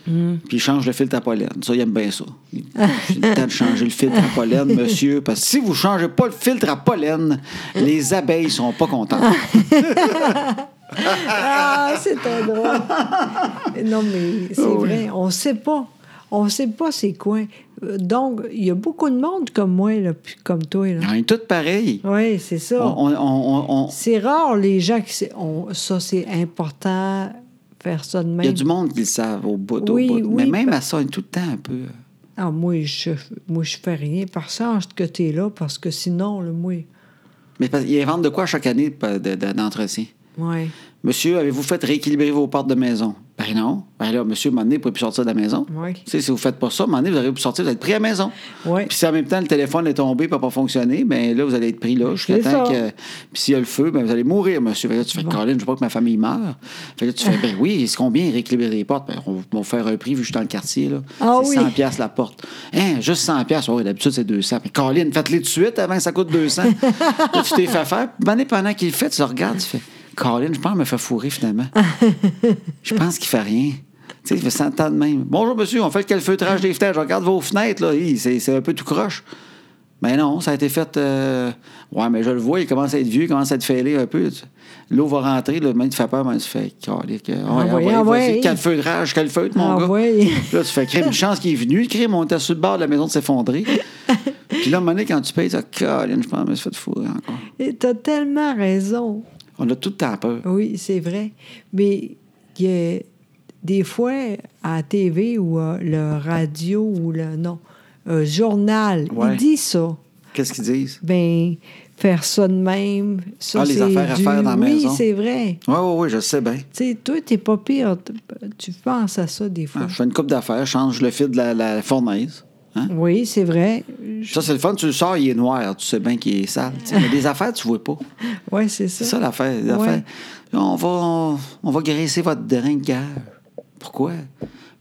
[SPEAKER 2] Mm.
[SPEAKER 1] Puis ils changent le filtre à pollen. Ça, ils aiment bien ça.
[SPEAKER 2] (laughs)
[SPEAKER 1] Ils- C'est le temps de changer le filtre à pollen, monsieur, parce que si vous ne changez pas le filtre à pollen, les abeilles sont pas contentes.
[SPEAKER 2] (laughs) Ah, c'est un drôle.
[SPEAKER 1] (laughs)
[SPEAKER 2] non, mais c'est
[SPEAKER 1] Oh oui.
[SPEAKER 2] vrai, on sait pas. On sait pas c'est quoi. Euh, Donc, il y a beaucoup de monde comme moi, là, puis comme toi. Là.
[SPEAKER 1] On est tous pareils.
[SPEAKER 2] Oui, c'est
[SPEAKER 1] On,
[SPEAKER 2] ça.
[SPEAKER 1] Hein, on- on- on-
[SPEAKER 2] C'est rare, les gens qui... sait- on- ça, c'est important, faire ça de même.
[SPEAKER 1] il y a du monde qui le savent au bout,
[SPEAKER 2] Oui,
[SPEAKER 1] au bout. mais
[SPEAKER 2] oui,
[SPEAKER 1] même
[SPEAKER 2] pa-
[SPEAKER 1] à ça, on est tout le temps un peu.
[SPEAKER 2] Ah, moi, je moi, je fais rien par ça, que tu es là, parce que sinon, le moi...
[SPEAKER 1] Mais parce qu'ils inventent de quoi chaque année de- de- de- d'entretien?
[SPEAKER 2] Ouais.
[SPEAKER 1] Monsieur, avez-vous fait rééquilibrer vos portes de maison? Ben non. Ben là, monsieur, à un moment donné, vous pouvez plus sortir de la maison.
[SPEAKER 2] Oui.
[SPEAKER 1] Tu sais, si vous faites pas ça, à un moment donné, vous allez plus sortir, vous êtes pris à la maison.
[SPEAKER 2] Oui.
[SPEAKER 1] Puis si en même temps, le téléphone est tombé et n'a pas fonctionné, ben là, vous allez être pris là jusqu'à
[SPEAKER 2] C'est
[SPEAKER 1] temps
[SPEAKER 2] ça.
[SPEAKER 1] que. Puis s'il y a le feu, ben vous allez mourir, monsieur. Fait que là, tu fais, Colin, je veux pas que ma famille meure. Fait que là, tu
[SPEAKER 2] (laughs)
[SPEAKER 1] fais, ben oui, c'est combien rééquilibrer les portes? Ben, on va faire un prix vu que je suis dans le quartier, là.
[SPEAKER 2] Ah
[SPEAKER 1] c'est
[SPEAKER 2] oui.
[SPEAKER 1] 100 piastres la porte. Hein, juste 100 piastres. Oui, d'habitude, c'est 200. Mais Colin, faites-les de suite avant que ça coûte 200. là, tu t'es fait faire. Puis, ben, pendant qu'il le fait, tu le regardes, tu fais, Colin, je pense qu'il me fait fourrer finalement. Je pense qu'il fait rien. Tu sais, il fait 100 ans de même. Bonjour, monsieur, on fait quel feutrage des fenêtres? Je regarde vos fenêtres, là. Hi, C'est c'est un peu tout croche. Mais non, ça a été fait. euh, Ouais, mais je le vois, il commence à être vieux, il commence à être fêlé un peu. tu sais. L'eau va rentrer, là, même tu fais peur, mais tu fais. Calique, ouais,
[SPEAKER 2] Envoyez,
[SPEAKER 1] envoyez,
[SPEAKER 2] envoyez.
[SPEAKER 1] vas-y, Quel feutrage, quel
[SPEAKER 2] Ah,
[SPEAKER 1] feutre, mon gars.
[SPEAKER 2] Envoyez.
[SPEAKER 1] Là, tu fais crime, une chance qu'il est venu. Crime, on était sur le bord de la maison de s'effondrer. Puis là, à un moment donné, quand tu payes, tu dis, Colin, je pense que je me suis fait fourrer encore.
[SPEAKER 2] Et (laughs) t'as tellement raison.
[SPEAKER 1] On a tout le temps peur.
[SPEAKER 2] Oui, c'est vrai. Mais il y a des fois, à la TV ou à la radio ou le... Non, un journal,
[SPEAKER 1] Ouais.
[SPEAKER 2] il dit ça.
[SPEAKER 1] Qu'est-ce qu'ils disent?
[SPEAKER 2] Ben, faire ça de même, ça,
[SPEAKER 1] Ah, les
[SPEAKER 2] c'est
[SPEAKER 1] affaires à
[SPEAKER 2] du-
[SPEAKER 1] faire dans la
[SPEAKER 2] oui,
[SPEAKER 1] maison.
[SPEAKER 2] c'est vrai.
[SPEAKER 1] Oui, oui, oui, je sais bien.
[SPEAKER 2] Tu sais, toi, t'es pas pire. T- Tu penses à ça des fois.
[SPEAKER 1] Ah, Je fais une coupe d'affaires, je change le fil de la, la fournaise. Hein?
[SPEAKER 2] Oui, c'est vrai. Je-
[SPEAKER 1] Ça, c'est le fun, tu le sors, il est noir, tu sais bien qu'il est sale. tu sais. Mais des affaires, tu vois pas.
[SPEAKER 2] Ouais, c'est
[SPEAKER 1] C'est
[SPEAKER 2] ça.
[SPEAKER 1] ça l'affaire. les
[SPEAKER 2] Ouais.
[SPEAKER 1] affaires. On va, on, on va graisser votre drain de gare. Pourquoi?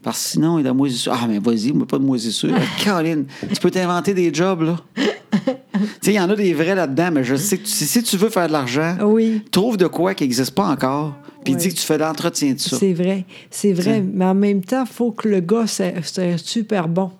[SPEAKER 1] Parce que sinon, il y a de la moisissure. Ah, mais vas-y, mais pas de moisissure.
[SPEAKER 2] (laughs)
[SPEAKER 1] Colin, tu peux t'inventer des jobs, là. tu sais, il y en a des vrais là-dedans, mais je sais que tu- si, si tu veux faire de l'argent,
[SPEAKER 2] Oui.
[SPEAKER 1] trouve de quoi qui n'existe pas encore, puis
[SPEAKER 2] Ouais.
[SPEAKER 1] dis que tu fais de l'entretien de ça.
[SPEAKER 2] C'est vrai, c'est vrai.
[SPEAKER 1] Tiens.
[SPEAKER 2] Mais en même temps, il faut que le gars soit soit super bon.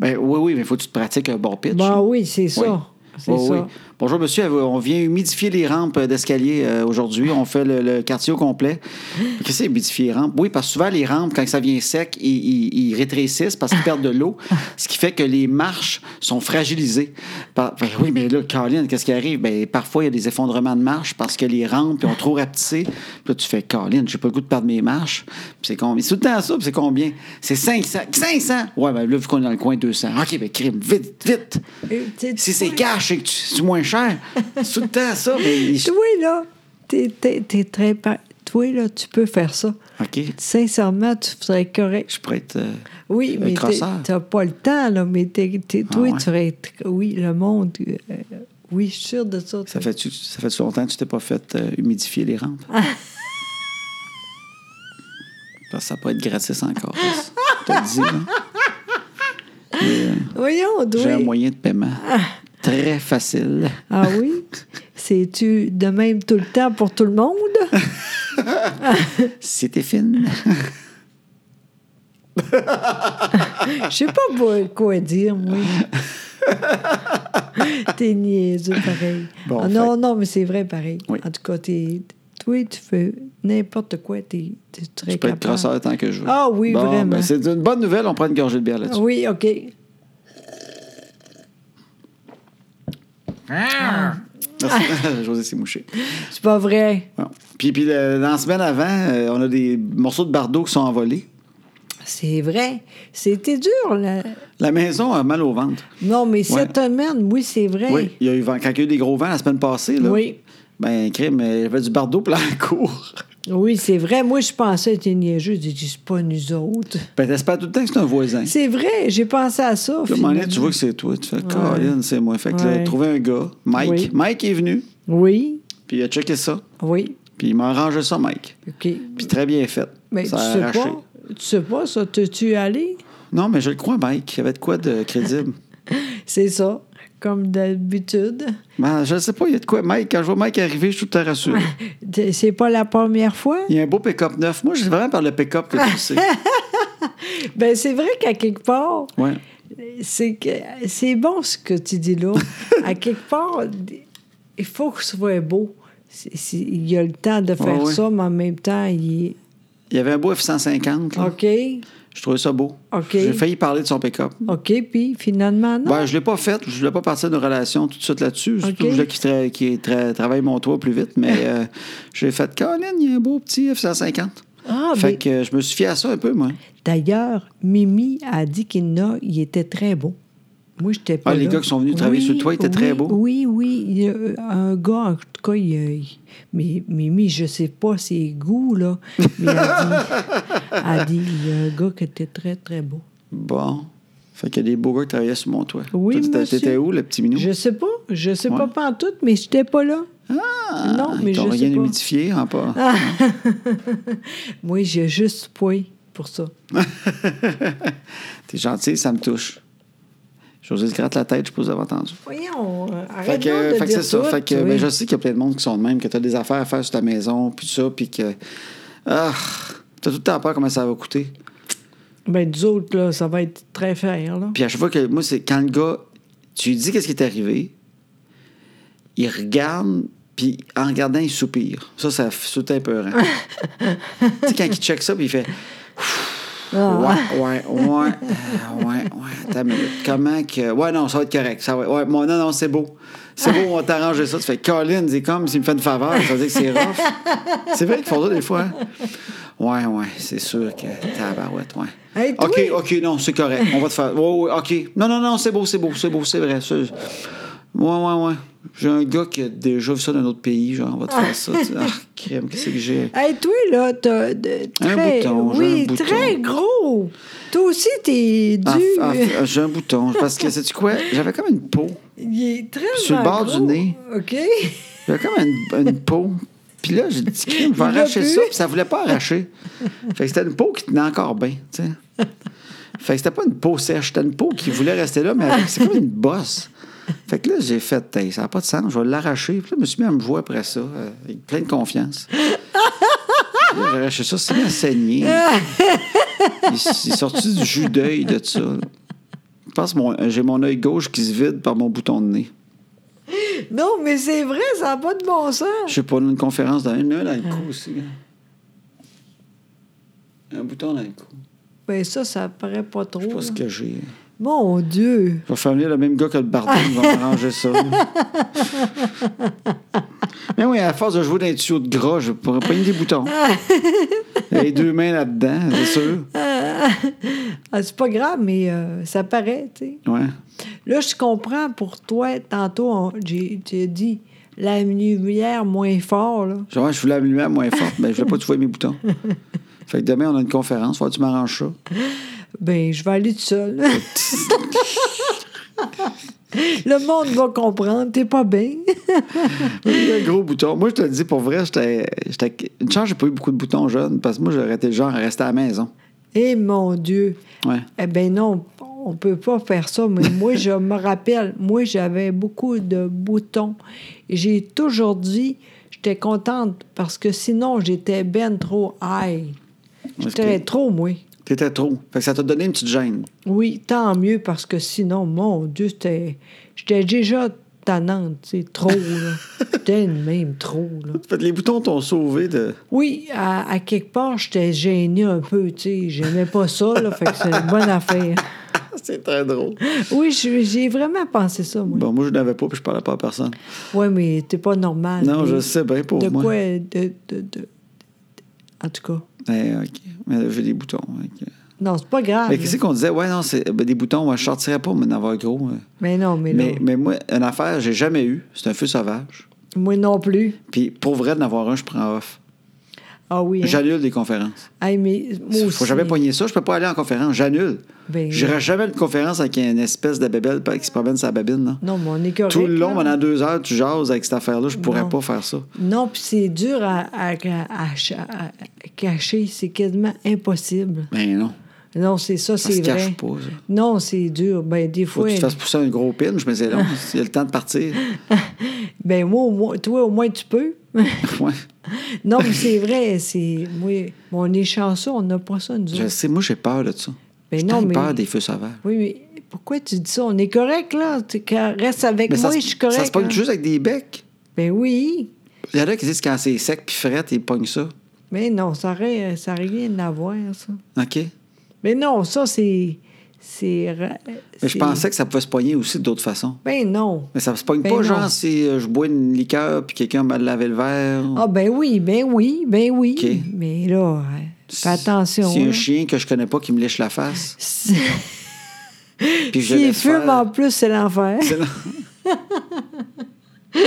[SPEAKER 1] Ben, oui, oui, mais il faut que tu te pratiques un bon pitch.
[SPEAKER 2] Ben oui, c'est ça. C'est
[SPEAKER 1] Oui,
[SPEAKER 2] ça.
[SPEAKER 1] oui. Bonjour, monsieur. On vient humidifier les rampes d'escalier euh, aujourd'hui. On fait le, le quartier au
[SPEAKER 2] (laughs)
[SPEAKER 1] complet. Qu'est-ce que c'est, humidifier les rampes? Oui, parce que souvent, les rampes, quand ça vient sec, ils, ils- ils rétrécissent parce qu'ils perdent de l'eau,
[SPEAKER 2] (laughs)
[SPEAKER 1] ce qui fait que les marches sont fragilisées. Par- Ben oui, mais là, Colin, qu'est-ce qui arrive? Ben, parfois, il y a des effondrements de marches parce que les rampes ils ont trop rapetissé. Puis là, tu fais, Colin, j'ai pas le goût de perdre mes marches. Puis c'est combien? C'est tout le temps ça, puis c'est combien? C'est 500. 500? Ouais, ben là, vu qu'on est dans le coin, 200. OK, ben crime, vite, vite!
[SPEAKER 2] Et, tu sais,
[SPEAKER 1] Si c'est
[SPEAKER 2] toi-
[SPEAKER 1] cash, c'est que tu- c'est moins cher. C'est tout le temps ça. mais il-
[SPEAKER 2] Toi, là, t'es, t'es- t'es très... pa- Toi, là, tu peux faire ça.
[SPEAKER 1] OK,
[SPEAKER 2] Sincèrement, tu serais correct.
[SPEAKER 1] je pourrais être. euh, Un
[SPEAKER 2] Oui, mais t'es-
[SPEAKER 1] crosseur. Ah
[SPEAKER 2] t'as pas le temps, là, mais t'es- t'es- toi,
[SPEAKER 1] ouais.
[SPEAKER 2] tu serais... tr- Oui, le monde... euh, oui, je suis sûre de ça.
[SPEAKER 1] Ça fait ça fait longtemps que tu t'es pas fait euh, humidifier les
[SPEAKER 2] (laughs)
[SPEAKER 1] rampes. Parce que ça peut être gratis encore. ça. Je te le dis, là.
[SPEAKER 2] (laughs) Voyons, oui.
[SPEAKER 1] J'ai un moyen de paiement. Très facile.
[SPEAKER 2] Ah
[SPEAKER 1] (laughs)
[SPEAKER 2] oui? C'est-tu de même tout le temps pour tout le monde?
[SPEAKER 1] C'était fine.
[SPEAKER 2] Je sais pas pour- quoi
[SPEAKER 1] (laughs)
[SPEAKER 2] dire, moi. t'es niaiseux, pareil.
[SPEAKER 1] Bon,
[SPEAKER 2] Ah non, non, mais c'est vrai, pareil.
[SPEAKER 1] Oui.
[SPEAKER 2] En tout cas, t'es... Toi, tu fais n'importe quoi, t'es, t'es
[SPEAKER 1] (laughs)
[SPEAKER 2] très
[SPEAKER 1] Je peux être
[SPEAKER 2] capable.
[SPEAKER 1] crosseur tant que je veux.
[SPEAKER 2] Ah oui,
[SPEAKER 1] Bon, ben,
[SPEAKER 2] vraiment.
[SPEAKER 1] c'est une bonne nouvelle. On prend une gorgée de bière là-dessus.
[SPEAKER 2] Ah Oui, OK. Ah
[SPEAKER 1] Merci. (laughs) José s'est mouché.
[SPEAKER 2] C'est pas vrai.
[SPEAKER 1] Bon. Puis, puis le- dans la semaine avant, euh, on a des morceaux de bardeaux qui sont envolés.
[SPEAKER 2] C'est vrai. C'était dur, là.
[SPEAKER 1] La maison a mal au ventre.
[SPEAKER 2] Non, mais cette semaine, oui, c'est vrai.
[SPEAKER 1] Oui, il y a eu, vent- quand il y a eu des gros vents la semaine passée, là,
[SPEAKER 2] Oui.
[SPEAKER 1] ben, crime, il y avait du bardeau plein la
[SPEAKER 2] (laughs)
[SPEAKER 1] cour.
[SPEAKER 2] Oui, c'est vrai. Moi, je pensais que t'es niaiseux. Je dis, c'est pas nous autres.
[SPEAKER 1] Ben, t'espères tout le temps que c'est un voisin.
[SPEAKER 2] C'est vrai, j'ai pensé à ça.
[SPEAKER 1] Là, à un moment donné,
[SPEAKER 2] finalement.
[SPEAKER 1] tu vois que c'est toi. Tu fais, Colin, c'est moi. Fait que là,
[SPEAKER 2] Ouais.
[SPEAKER 1] trouver un gars, Mike.
[SPEAKER 2] Oui.
[SPEAKER 1] Mike est venu,
[SPEAKER 2] Oui,
[SPEAKER 1] puis il a checké ça,
[SPEAKER 2] oui.
[SPEAKER 1] puis il m'a arrangé ça, Mike.
[SPEAKER 2] OK.
[SPEAKER 1] Puis très bien fait.
[SPEAKER 2] Mais
[SPEAKER 1] ça
[SPEAKER 2] tu
[SPEAKER 1] a
[SPEAKER 2] sais
[SPEAKER 1] arraché.
[SPEAKER 2] pas. Tu sais pas, ça. T'es-tu allé?
[SPEAKER 1] Non, mais je le crois, Mike. Il y avait de quoi de
[SPEAKER 2] (laughs)
[SPEAKER 1] crédible.
[SPEAKER 2] C'est ça, comme d'habitude.
[SPEAKER 1] ben, je sais pas, il y a de quoi. Mike, quand je vois Mike arriver, je suis tout à rassuré.
[SPEAKER 2] T'es- C'est pas la première fois?
[SPEAKER 1] Il y a un beau pick-up neuf. Moi, je suis vraiment par le pick-up que
[SPEAKER 2] (laughs)
[SPEAKER 1] tu sais.
[SPEAKER 2] Ben, c'est vrai qu'à quelque part,
[SPEAKER 1] Ouais.
[SPEAKER 2] c'est que- c'est bon ce que tu
[SPEAKER 1] (laughs)
[SPEAKER 2] dis là. à quelque part, il faut que ce soit beau. C'est- c'est- Il y a le temps de faire
[SPEAKER 1] ouais.
[SPEAKER 2] ça, mais en même temps, il est.
[SPEAKER 1] Il y avait un beau F-150. là.
[SPEAKER 2] OK,
[SPEAKER 1] Je trouvais ça beau.
[SPEAKER 2] OK.
[SPEAKER 1] J'ai failli parler de son pick-up.
[SPEAKER 2] OK, puis finalement, non.
[SPEAKER 1] Ben, je ne l'ai pas fait. Je ne voulais pas partir d'une relation tout de suite là-dessus. Surtout
[SPEAKER 2] OK.
[SPEAKER 1] que je voulais qu'il tra- qu'il tra- travaille mon toit plus vite.
[SPEAKER 2] (laughs)
[SPEAKER 1] Mais euh, j'ai fait Colin, il y a un beau petit F-150.
[SPEAKER 2] Ah,
[SPEAKER 1] fait
[SPEAKER 2] ben,
[SPEAKER 1] que euh, je me suis fié à ça un peu, moi.
[SPEAKER 2] D'ailleurs, Mimi a dit qu'il n'a, il était très beau. Moi, j'étais pas
[SPEAKER 1] Ah, les
[SPEAKER 2] là.
[SPEAKER 1] gars qui sont venus travailler sur toi, ils étaient
[SPEAKER 2] oui,
[SPEAKER 1] très beaux.
[SPEAKER 2] Oui, oui. Il y a euh, un gars, en tout cas, il, a- il- mais Mimi, je sais pas ses goûts, là. Mais elle a
[SPEAKER 1] (laughs)
[SPEAKER 2] dit, elle a dit, il y a un gars qui était très, très beau.
[SPEAKER 1] Bon. Fait qu'il y a des beaux gars qui travaillaient sur mon toit.
[SPEAKER 2] Oui,
[SPEAKER 1] Toi, t'étais-
[SPEAKER 2] monsieur.
[SPEAKER 1] T'étais où, le petit minou?
[SPEAKER 2] Je sais pas, je sais
[SPEAKER 1] Ouais.
[SPEAKER 2] pas pas en tout, mais j'étais pas là.
[SPEAKER 1] Ah,
[SPEAKER 2] Non, mais
[SPEAKER 1] ils t'ont
[SPEAKER 2] je sais
[SPEAKER 1] rien
[SPEAKER 2] pas. Ah.
[SPEAKER 1] humidifié, hein, pas.
[SPEAKER 2] Moi, j'ai juste point pour ça.
[SPEAKER 1] T'es gentil, ça me touche. José se gratte la tête, je suppose, vous avez entendu.
[SPEAKER 2] Voyons, euh,
[SPEAKER 1] Fait
[SPEAKER 2] arrête
[SPEAKER 1] que,
[SPEAKER 2] donc
[SPEAKER 1] fait
[SPEAKER 2] de
[SPEAKER 1] que
[SPEAKER 2] dire
[SPEAKER 1] c'est ça.
[SPEAKER 2] tout,
[SPEAKER 1] Fait que,
[SPEAKER 2] oui.
[SPEAKER 1] ben, je sais qu'il y a plein de monde qui sont de même, que tu as des affaires à faire sur ta maison, puis tout ça, puis que. Ah, t'as tout le temps peur comment ça va coûter.
[SPEAKER 2] Ben, nous autres, là, ça va être très fair, là.
[SPEAKER 1] Puis à chaque fois que. Moi, c'est quand le gars. Tu lui dis qu'est-ce qui est arrivé, il regarde, puis en regardant, il soupire. Ça, ça saute un
[SPEAKER 2] (laughs)
[SPEAKER 1] peu. hein. tu sais, quand il check ça, puis il fait.
[SPEAKER 2] Ah.
[SPEAKER 1] Ouais, ouais, ouais, euh, ouais, ouais. Attends une minute. Comment que. Ouais, non, ça va être correct. Ça va... ouais, moi, non, non, c'est beau. C'est beau, on va t'arranger ça. Tu fais Colin, c'est comme s'il me fait une faveur. Ça veut dire que c'est rough. C'est vrai qu'ils font ça des fois. hein? Ouais, ouais, c'est sûr que. Tabarouette, ouais.
[SPEAKER 2] Hey, toi-
[SPEAKER 1] OK, OK, non, c'est correct. On va te faire. Ouais, ouais, OK. Non, non, non, c'est beau, c'est beau, c'est beau, c'est vrai. c'est- Ouais, ouais, ouais. J'ai un gars qui a déjà vu ça d'un autre pays. Genre, on va te faire ça. tu- Ah, crème, qu'est-ce que j'ai.
[SPEAKER 2] Hey, toi, là, t'as de- très...
[SPEAKER 1] bouton, j'ai
[SPEAKER 2] oui,
[SPEAKER 1] un bouton.
[SPEAKER 2] très gros. Toi aussi, t'es
[SPEAKER 1] Ah,
[SPEAKER 2] dû. euh,
[SPEAKER 1] ah, j'ai un bouton. Parce que, sais-tu quoi? J'avais comme une peau.
[SPEAKER 2] Il est très
[SPEAKER 1] sur le bord du
[SPEAKER 2] gros.
[SPEAKER 1] nez.
[SPEAKER 2] OK. (laughs)
[SPEAKER 1] J'avais comme une, une peau. Puis là, j'ai dit, crime, je vais
[SPEAKER 2] Il l'a
[SPEAKER 1] arracher
[SPEAKER 2] plus.
[SPEAKER 1] ça. Puis ça voulait pas arracher. fait que c'était une peau qui tenait encore bien, tu sais. Fait que c'était pas une peau sèche, c'était une peau qui voulait rester là, mais avec- c'est comme une bosse. Fait que là, j'ai fait, Hey, ça n'a pas de sens, je vais l'arracher. Puis là, je me suis mis à me jouer après ça, euh, avec plein de confiance. Puis là, j'ai arraché ça, c'est bien saigné. Il, s- il est sorti du jus d'œil de ça. là. Je pense que mon- j'ai mon œil gauche qui se vide par mon bouton de nez.
[SPEAKER 2] Non, mais c'est vrai, ça n'a pas de bon sens.
[SPEAKER 1] Je sais pas, dans une conférence, dans une, dans le cou aussi. là. Un bouton dans le cou.
[SPEAKER 2] Ben ça, ça paraît pas trop.
[SPEAKER 1] Je sais pas ce
[SPEAKER 2] là.
[SPEAKER 1] que j'ai.
[SPEAKER 2] Mon Dieu!
[SPEAKER 1] Je vais faire venir le même gars que le bardon, il va m'arranger ça. Mais oui, à force de jouer dans les tuyaux de gras, je pourrais pogner des boutons. Les deux mains là-dedans, c'est sûr.
[SPEAKER 2] Ah, c'est pas grave, mais euh, ça paraît, tu sais.
[SPEAKER 1] Ouais.
[SPEAKER 2] Là, je comprends pour toi, tantôt, on- j'ai j'ai dit la lumière moins fort, là.
[SPEAKER 1] Genre, ouais, je voulais allumer à moins forte, mais je voulais pas que tu vois mes boutons. Fait que demain, on a une conférence. Faut que tu m'arranges ça.
[SPEAKER 2] Ben, je vais aller tout seul. (laughs) Le monde va comprendre, t'es pas bien.
[SPEAKER 1] Il y a un gros bouton. Moi, je te le dis, pour vrai, j'étais. j'étais- Une chance, j'ai pas eu beaucoup de boutons jeunes parce que moi, j'aurais été le genre à rester à la maison.
[SPEAKER 2] Eh mon Dieu!
[SPEAKER 1] Ouais.
[SPEAKER 2] Eh ben non, on peut pas faire ça, mais moi, je me rappelle, moi, j'avais beaucoup de boutons. Et J'ai toujours dit, j'étais contente parce que sinon, j'étais ben trop high. J'étais
[SPEAKER 1] Ok.
[SPEAKER 2] trop, moi.
[SPEAKER 1] T'étais trop. Fait que ça t'a donné une petite gêne.
[SPEAKER 2] Oui, tant mieux parce que sinon, mon Dieu, c'était- j'étais déjà tannante, c'est trop, là. J'étais de même trop, là.
[SPEAKER 1] Fait que les boutons t'ont sauvé de. (laughs)
[SPEAKER 2] Oui, à, à quelque part, j'étais gênée un peu, tu sais. J'aimais pas ça, là, fait que c'est une bonne affaire.
[SPEAKER 1] C'est très drôle.
[SPEAKER 2] Oui, je- j'ai vraiment pensé ça, moi.
[SPEAKER 1] Bon, moi, je n'avais pas, puis je parlais pas à personne.
[SPEAKER 2] Oui, mais t'es pas normal.
[SPEAKER 1] Non,
[SPEAKER 2] Ah, Mais
[SPEAKER 1] je sais bien pour
[SPEAKER 2] de
[SPEAKER 1] moi.
[SPEAKER 2] quoi. De, de- de- En tout cas.
[SPEAKER 1] Eh, OK. Mais j'ai des boutons. ok.
[SPEAKER 2] Non, c'est pas grave.
[SPEAKER 1] Mais
[SPEAKER 2] Ah, là.
[SPEAKER 1] qu'est-ce qu'on disait? Ouais, non, c'est ben, des boutons, moi, je sortirais pas, mais en avoir gros. euh.
[SPEAKER 2] Mais non, mais,
[SPEAKER 1] Mais,
[SPEAKER 2] non.
[SPEAKER 1] mais moi, une affaire, j'ai jamais eu. C'est un feu sauvage.
[SPEAKER 2] Moi non plus.
[SPEAKER 1] Puis pour vrai, d'en avoir un, je prends off.
[SPEAKER 2] Ah oui. hein.
[SPEAKER 1] J'annule des conférences.
[SPEAKER 2] Hey, mais moi
[SPEAKER 1] Il
[SPEAKER 2] aussi.
[SPEAKER 1] faut jamais pogner ça. Je peux pas aller en conférence. J'annule.
[SPEAKER 2] Ben-
[SPEAKER 1] J'irai jamais à une conférence avec une espèce de bébelle qui se promène sa babine. Non?
[SPEAKER 2] Non, mais on est correct.
[SPEAKER 1] Tout le long,
[SPEAKER 2] là.
[SPEAKER 1] pendant deux heures, tu jases avec cette affaire-là. Je pourrais
[SPEAKER 2] Non.
[SPEAKER 1] pas faire ça.
[SPEAKER 2] Non, puis c'est dur à, à- à- à- à cacher. C'est quasiment impossible.
[SPEAKER 1] Mais non.
[SPEAKER 2] Non, c'est ça,
[SPEAKER 1] Ça se
[SPEAKER 2] c'est vrai.
[SPEAKER 1] cache pas, ça.
[SPEAKER 2] Non, c'est dur. Ben, des
[SPEAKER 1] Faut
[SPEAKER 2] fois.
[SPEAKER 1] que tu te fasses pousser un gros pin. Je me disais,
[SPEAKER 2] (laughs)
[SPEAKER 1] non, il y a le temps de partir. (laughs)
[SPEAKER 2] Ben, moi, au moins- toi, au moins, tu peux. (laughs)
[SPEAKER 1] Ouais.
[SPEAKER 2] non, mais c'est vrai. C'est. Oui, on est chanceux, on n'a pas ça, nous
[SPEAKER 1] Je
[SPEAKER 2] autres.
[SPEAKER 1] sais, moi, j'ai peur de ça.
[SPEAKER 2] Mais
[SPEAKER 1] j'ai
[SPEAKER 2] non,
[SPEAKER 1] tant
[SPEAKER 2] mais-
[SPEAKER 1] peur des feux sauvages.
[SPEAKER 2] Oui, mais pourquoi tu dis ça? On est correct, là. Tu quand- reste avec
[SPEAKER 1] Mais
[SPEAKER 2] moi,
[SPEAKER 1] ça, se-
[SPEAKER 2] je suis correct.
[SPEAKER 1] ça se pogne
[SPEAKER 2] hein.
[SPEAKER 1] juste avec des becs.
[SPEAKER 2] Ben oui.
[SPEAKER 1] Il y en a qui disent quand c'est sec puis frette, ils pognent ça.
[SPEAKER 2] Mais non, ça n'a ça a rien à voir, ça.
[SPEAKER 1] OK?
[SPEAKER 2] Mais non, ça, c'est. C'est. ra-
[SPEAKER 1] Mais
[SPEAKER 2] c'est-
[SPEAKER 1] je pensais que ça pouvait se pogner aussi d'autres façons.
[SPEAKER 2] Ben non.
[SPEAKER 1] Mais ça se pogne
[SPEAKER 2] Ben
[SPEAKER 1] pas,
[SPEAKER 2] non.
[SPEAKER 1] genre, si euh, je bois une liqueur puis quelqu'un m'a lavé le verre.
[SPEAKER 2] Ah, ben oui, ben oui, ben oui.
[SPEAKER 1] OK.
[SPEAKER 2] Mais là, hein, fais attention.
[SPEAKER 1] Si
[SPEAKER 2] hein.
[SPEAKER 1] un chien que je connais pas qui me lèche la face,
[SPEAKER 2] (laughs) Si-
[SPEAKER 1] puis je
[SPEAKER 2] S'il
[SPEAKER 1] laisse
[SPEAKER 2] fume
[SPEAKER 1] faire.
[SPEAKER 2] en plus, c'est l'enfer.
[SPEAKER 1] C'est-
[SPEAKER 2] (laughs)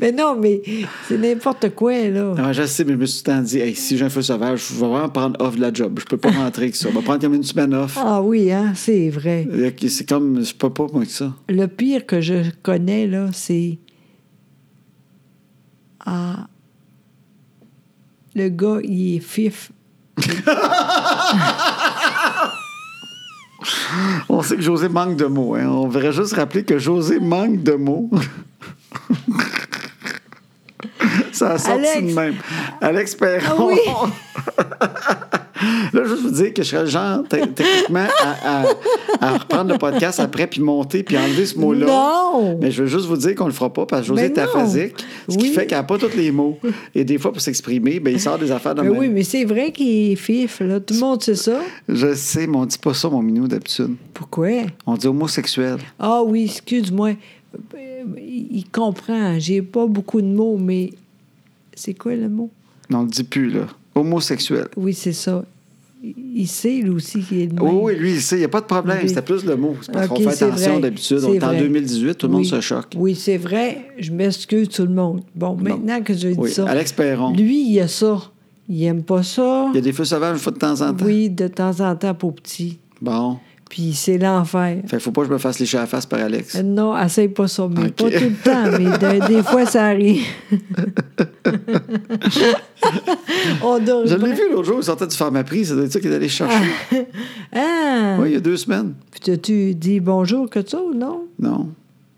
[SPEAKER 2] Mais non, mais c'est n'importe quoi, là.
[SPEAKER 1] Ah, je sais, mais je me suis tant dit, Hey, si j'ai un feu sauvage, je vais vraiment prendre off de la job. Je peux pas rentrer avec ça. Je vais prendre comme une semaine off. Euh,
[SPEAKER 2] Ah oui, hein, c'est vrai.
[SPEAKER 1] Ok, C'est comme, je peux pas, moi, que ça.
[SPEAKER 2] Le pire que je connais, là, c'est. Ah. Le gars, il est fif.
[SPEAKER 1] On sait que José manque de mots. hein. On verrait juste rappeler que José manque de mots. (laughs) Ça a sorti
[SPEAKER 2] Alex.
[SPEAKER 1] de même. Alex Perron.
[SPEAKER 2] Ah oui.
[SPEAKER 1] (laughs) Là, juste vous dire que je serais le genre, te- techniquement, à, à- à reprendre le podcast après, puis monter, puis enlever ce mot-là.
[SPEAKER 2] Non!
[SPEAKER 1] Oh Mais je veux juste vous dire qu'on le fera pas parce que José
[SPEAKER 2] Ben
[SPEAKER 1] est
[SPEAKER 2] non.
[SPEAKER 1] aphasique, ce qui
[SPEAKER 2] Oui.
[SPEAKER 1] fait qu'il n'a pas tous les
[SPEAKER 2] (laughs)
[SPEAKER 1] mots. Et des fois, pour s'exprimer, ben, il sort des affaires de
[SPEAKER 2] Ben
[SPEAKER 1] même.
[SPEAKER 2] oui, mais c'est vrai qu'il est fif, là. Tout le monde sait ça.
[SPEAKER 1] Je sais, mais on dit pas ça, mon minou, d'habitude.
[SPEAKER 2] Pourquoi?
[SPEAKER 1] On dit homosexuel.
[SPEAKER 2] Ah oui, excuse-moi. Euh, Il il comprend. J'ai pas beaucoup de mots, mais. C'est quoi le mot?
[SPEAKER 1] Non, on le dit plus, là. Homosexuel.
[SPEAKER 2] Oui, c'est ça. Il il sait, lui aussi, qu'il est de
[SPEAKER 1] Oui,
[SPEAKER 2] même.
[SPEAKER 1] oui, lui, il sait, il n'y a pas de problème.
[SPEAKER 2] Ok.
[SPEAKER 1] C'était plus le mot. C'est parce
[SPEAKER 2] Ok,
[SPEAKER 1] qu'on fait
[SPEAKER 2] c'est
[SPEAKER 1] attention
[SPEAKER 2] vrai.
[SPEAKER 1] d'habitude.
[SPEAKER 2] C'est
[SPEAKER 1] On est en
[SPEAKER 2] vrai.
[SPEAKER 1] 2018, tout le monde
[SPEAKER 2] Oui.
[SPEAKER 1] se choque.
[SPEAKER 2] Oui, c'est vrai. Je m'excuse tout le monde. Bon, maintenant que j'ai dit
[SPEAKER 1] Oui,
[SPEAKER 2] ça.
[SPEAKER 1] Alex Perron.
[SPEAKER 2] Lui, il a ça. Il aime pas ça.
[SPEAKER 1] Il y a des feux sauvages une fois de temps en temps.
[SPEAKER 2] Oui, de temps en temps, pour petit.
[SPEAKER 1] Bon.
[SPEAKER 2] Puis c'est l'enfer.
[SPEAKER 1] Fait que faut pas que je me fasse lécher la face par Alex.
[SPEAKER 2] Euh, Non, essaye pas ça, mais
[SPEAKER 1] Ok.
[SPEAKER 2] pas tout le temps,
[SPEAKER 1] (laughs)
[SPEAKER 2] mais de- des fois, ça arrive. On dort.
[SPEAKER 1] Je l'ai vu l'autre jour, il sortait du pharmaprix, ça doit être ça qu'il est allé chercher.
[SPEAKER 2] (laughs) Ah!
[SPEAKER 1] Oui, il y a deux semaines.
[SPEAKER 2] Puis t'as-tu dit bonjour que ça ou non?
[SPEAKER 1] Non.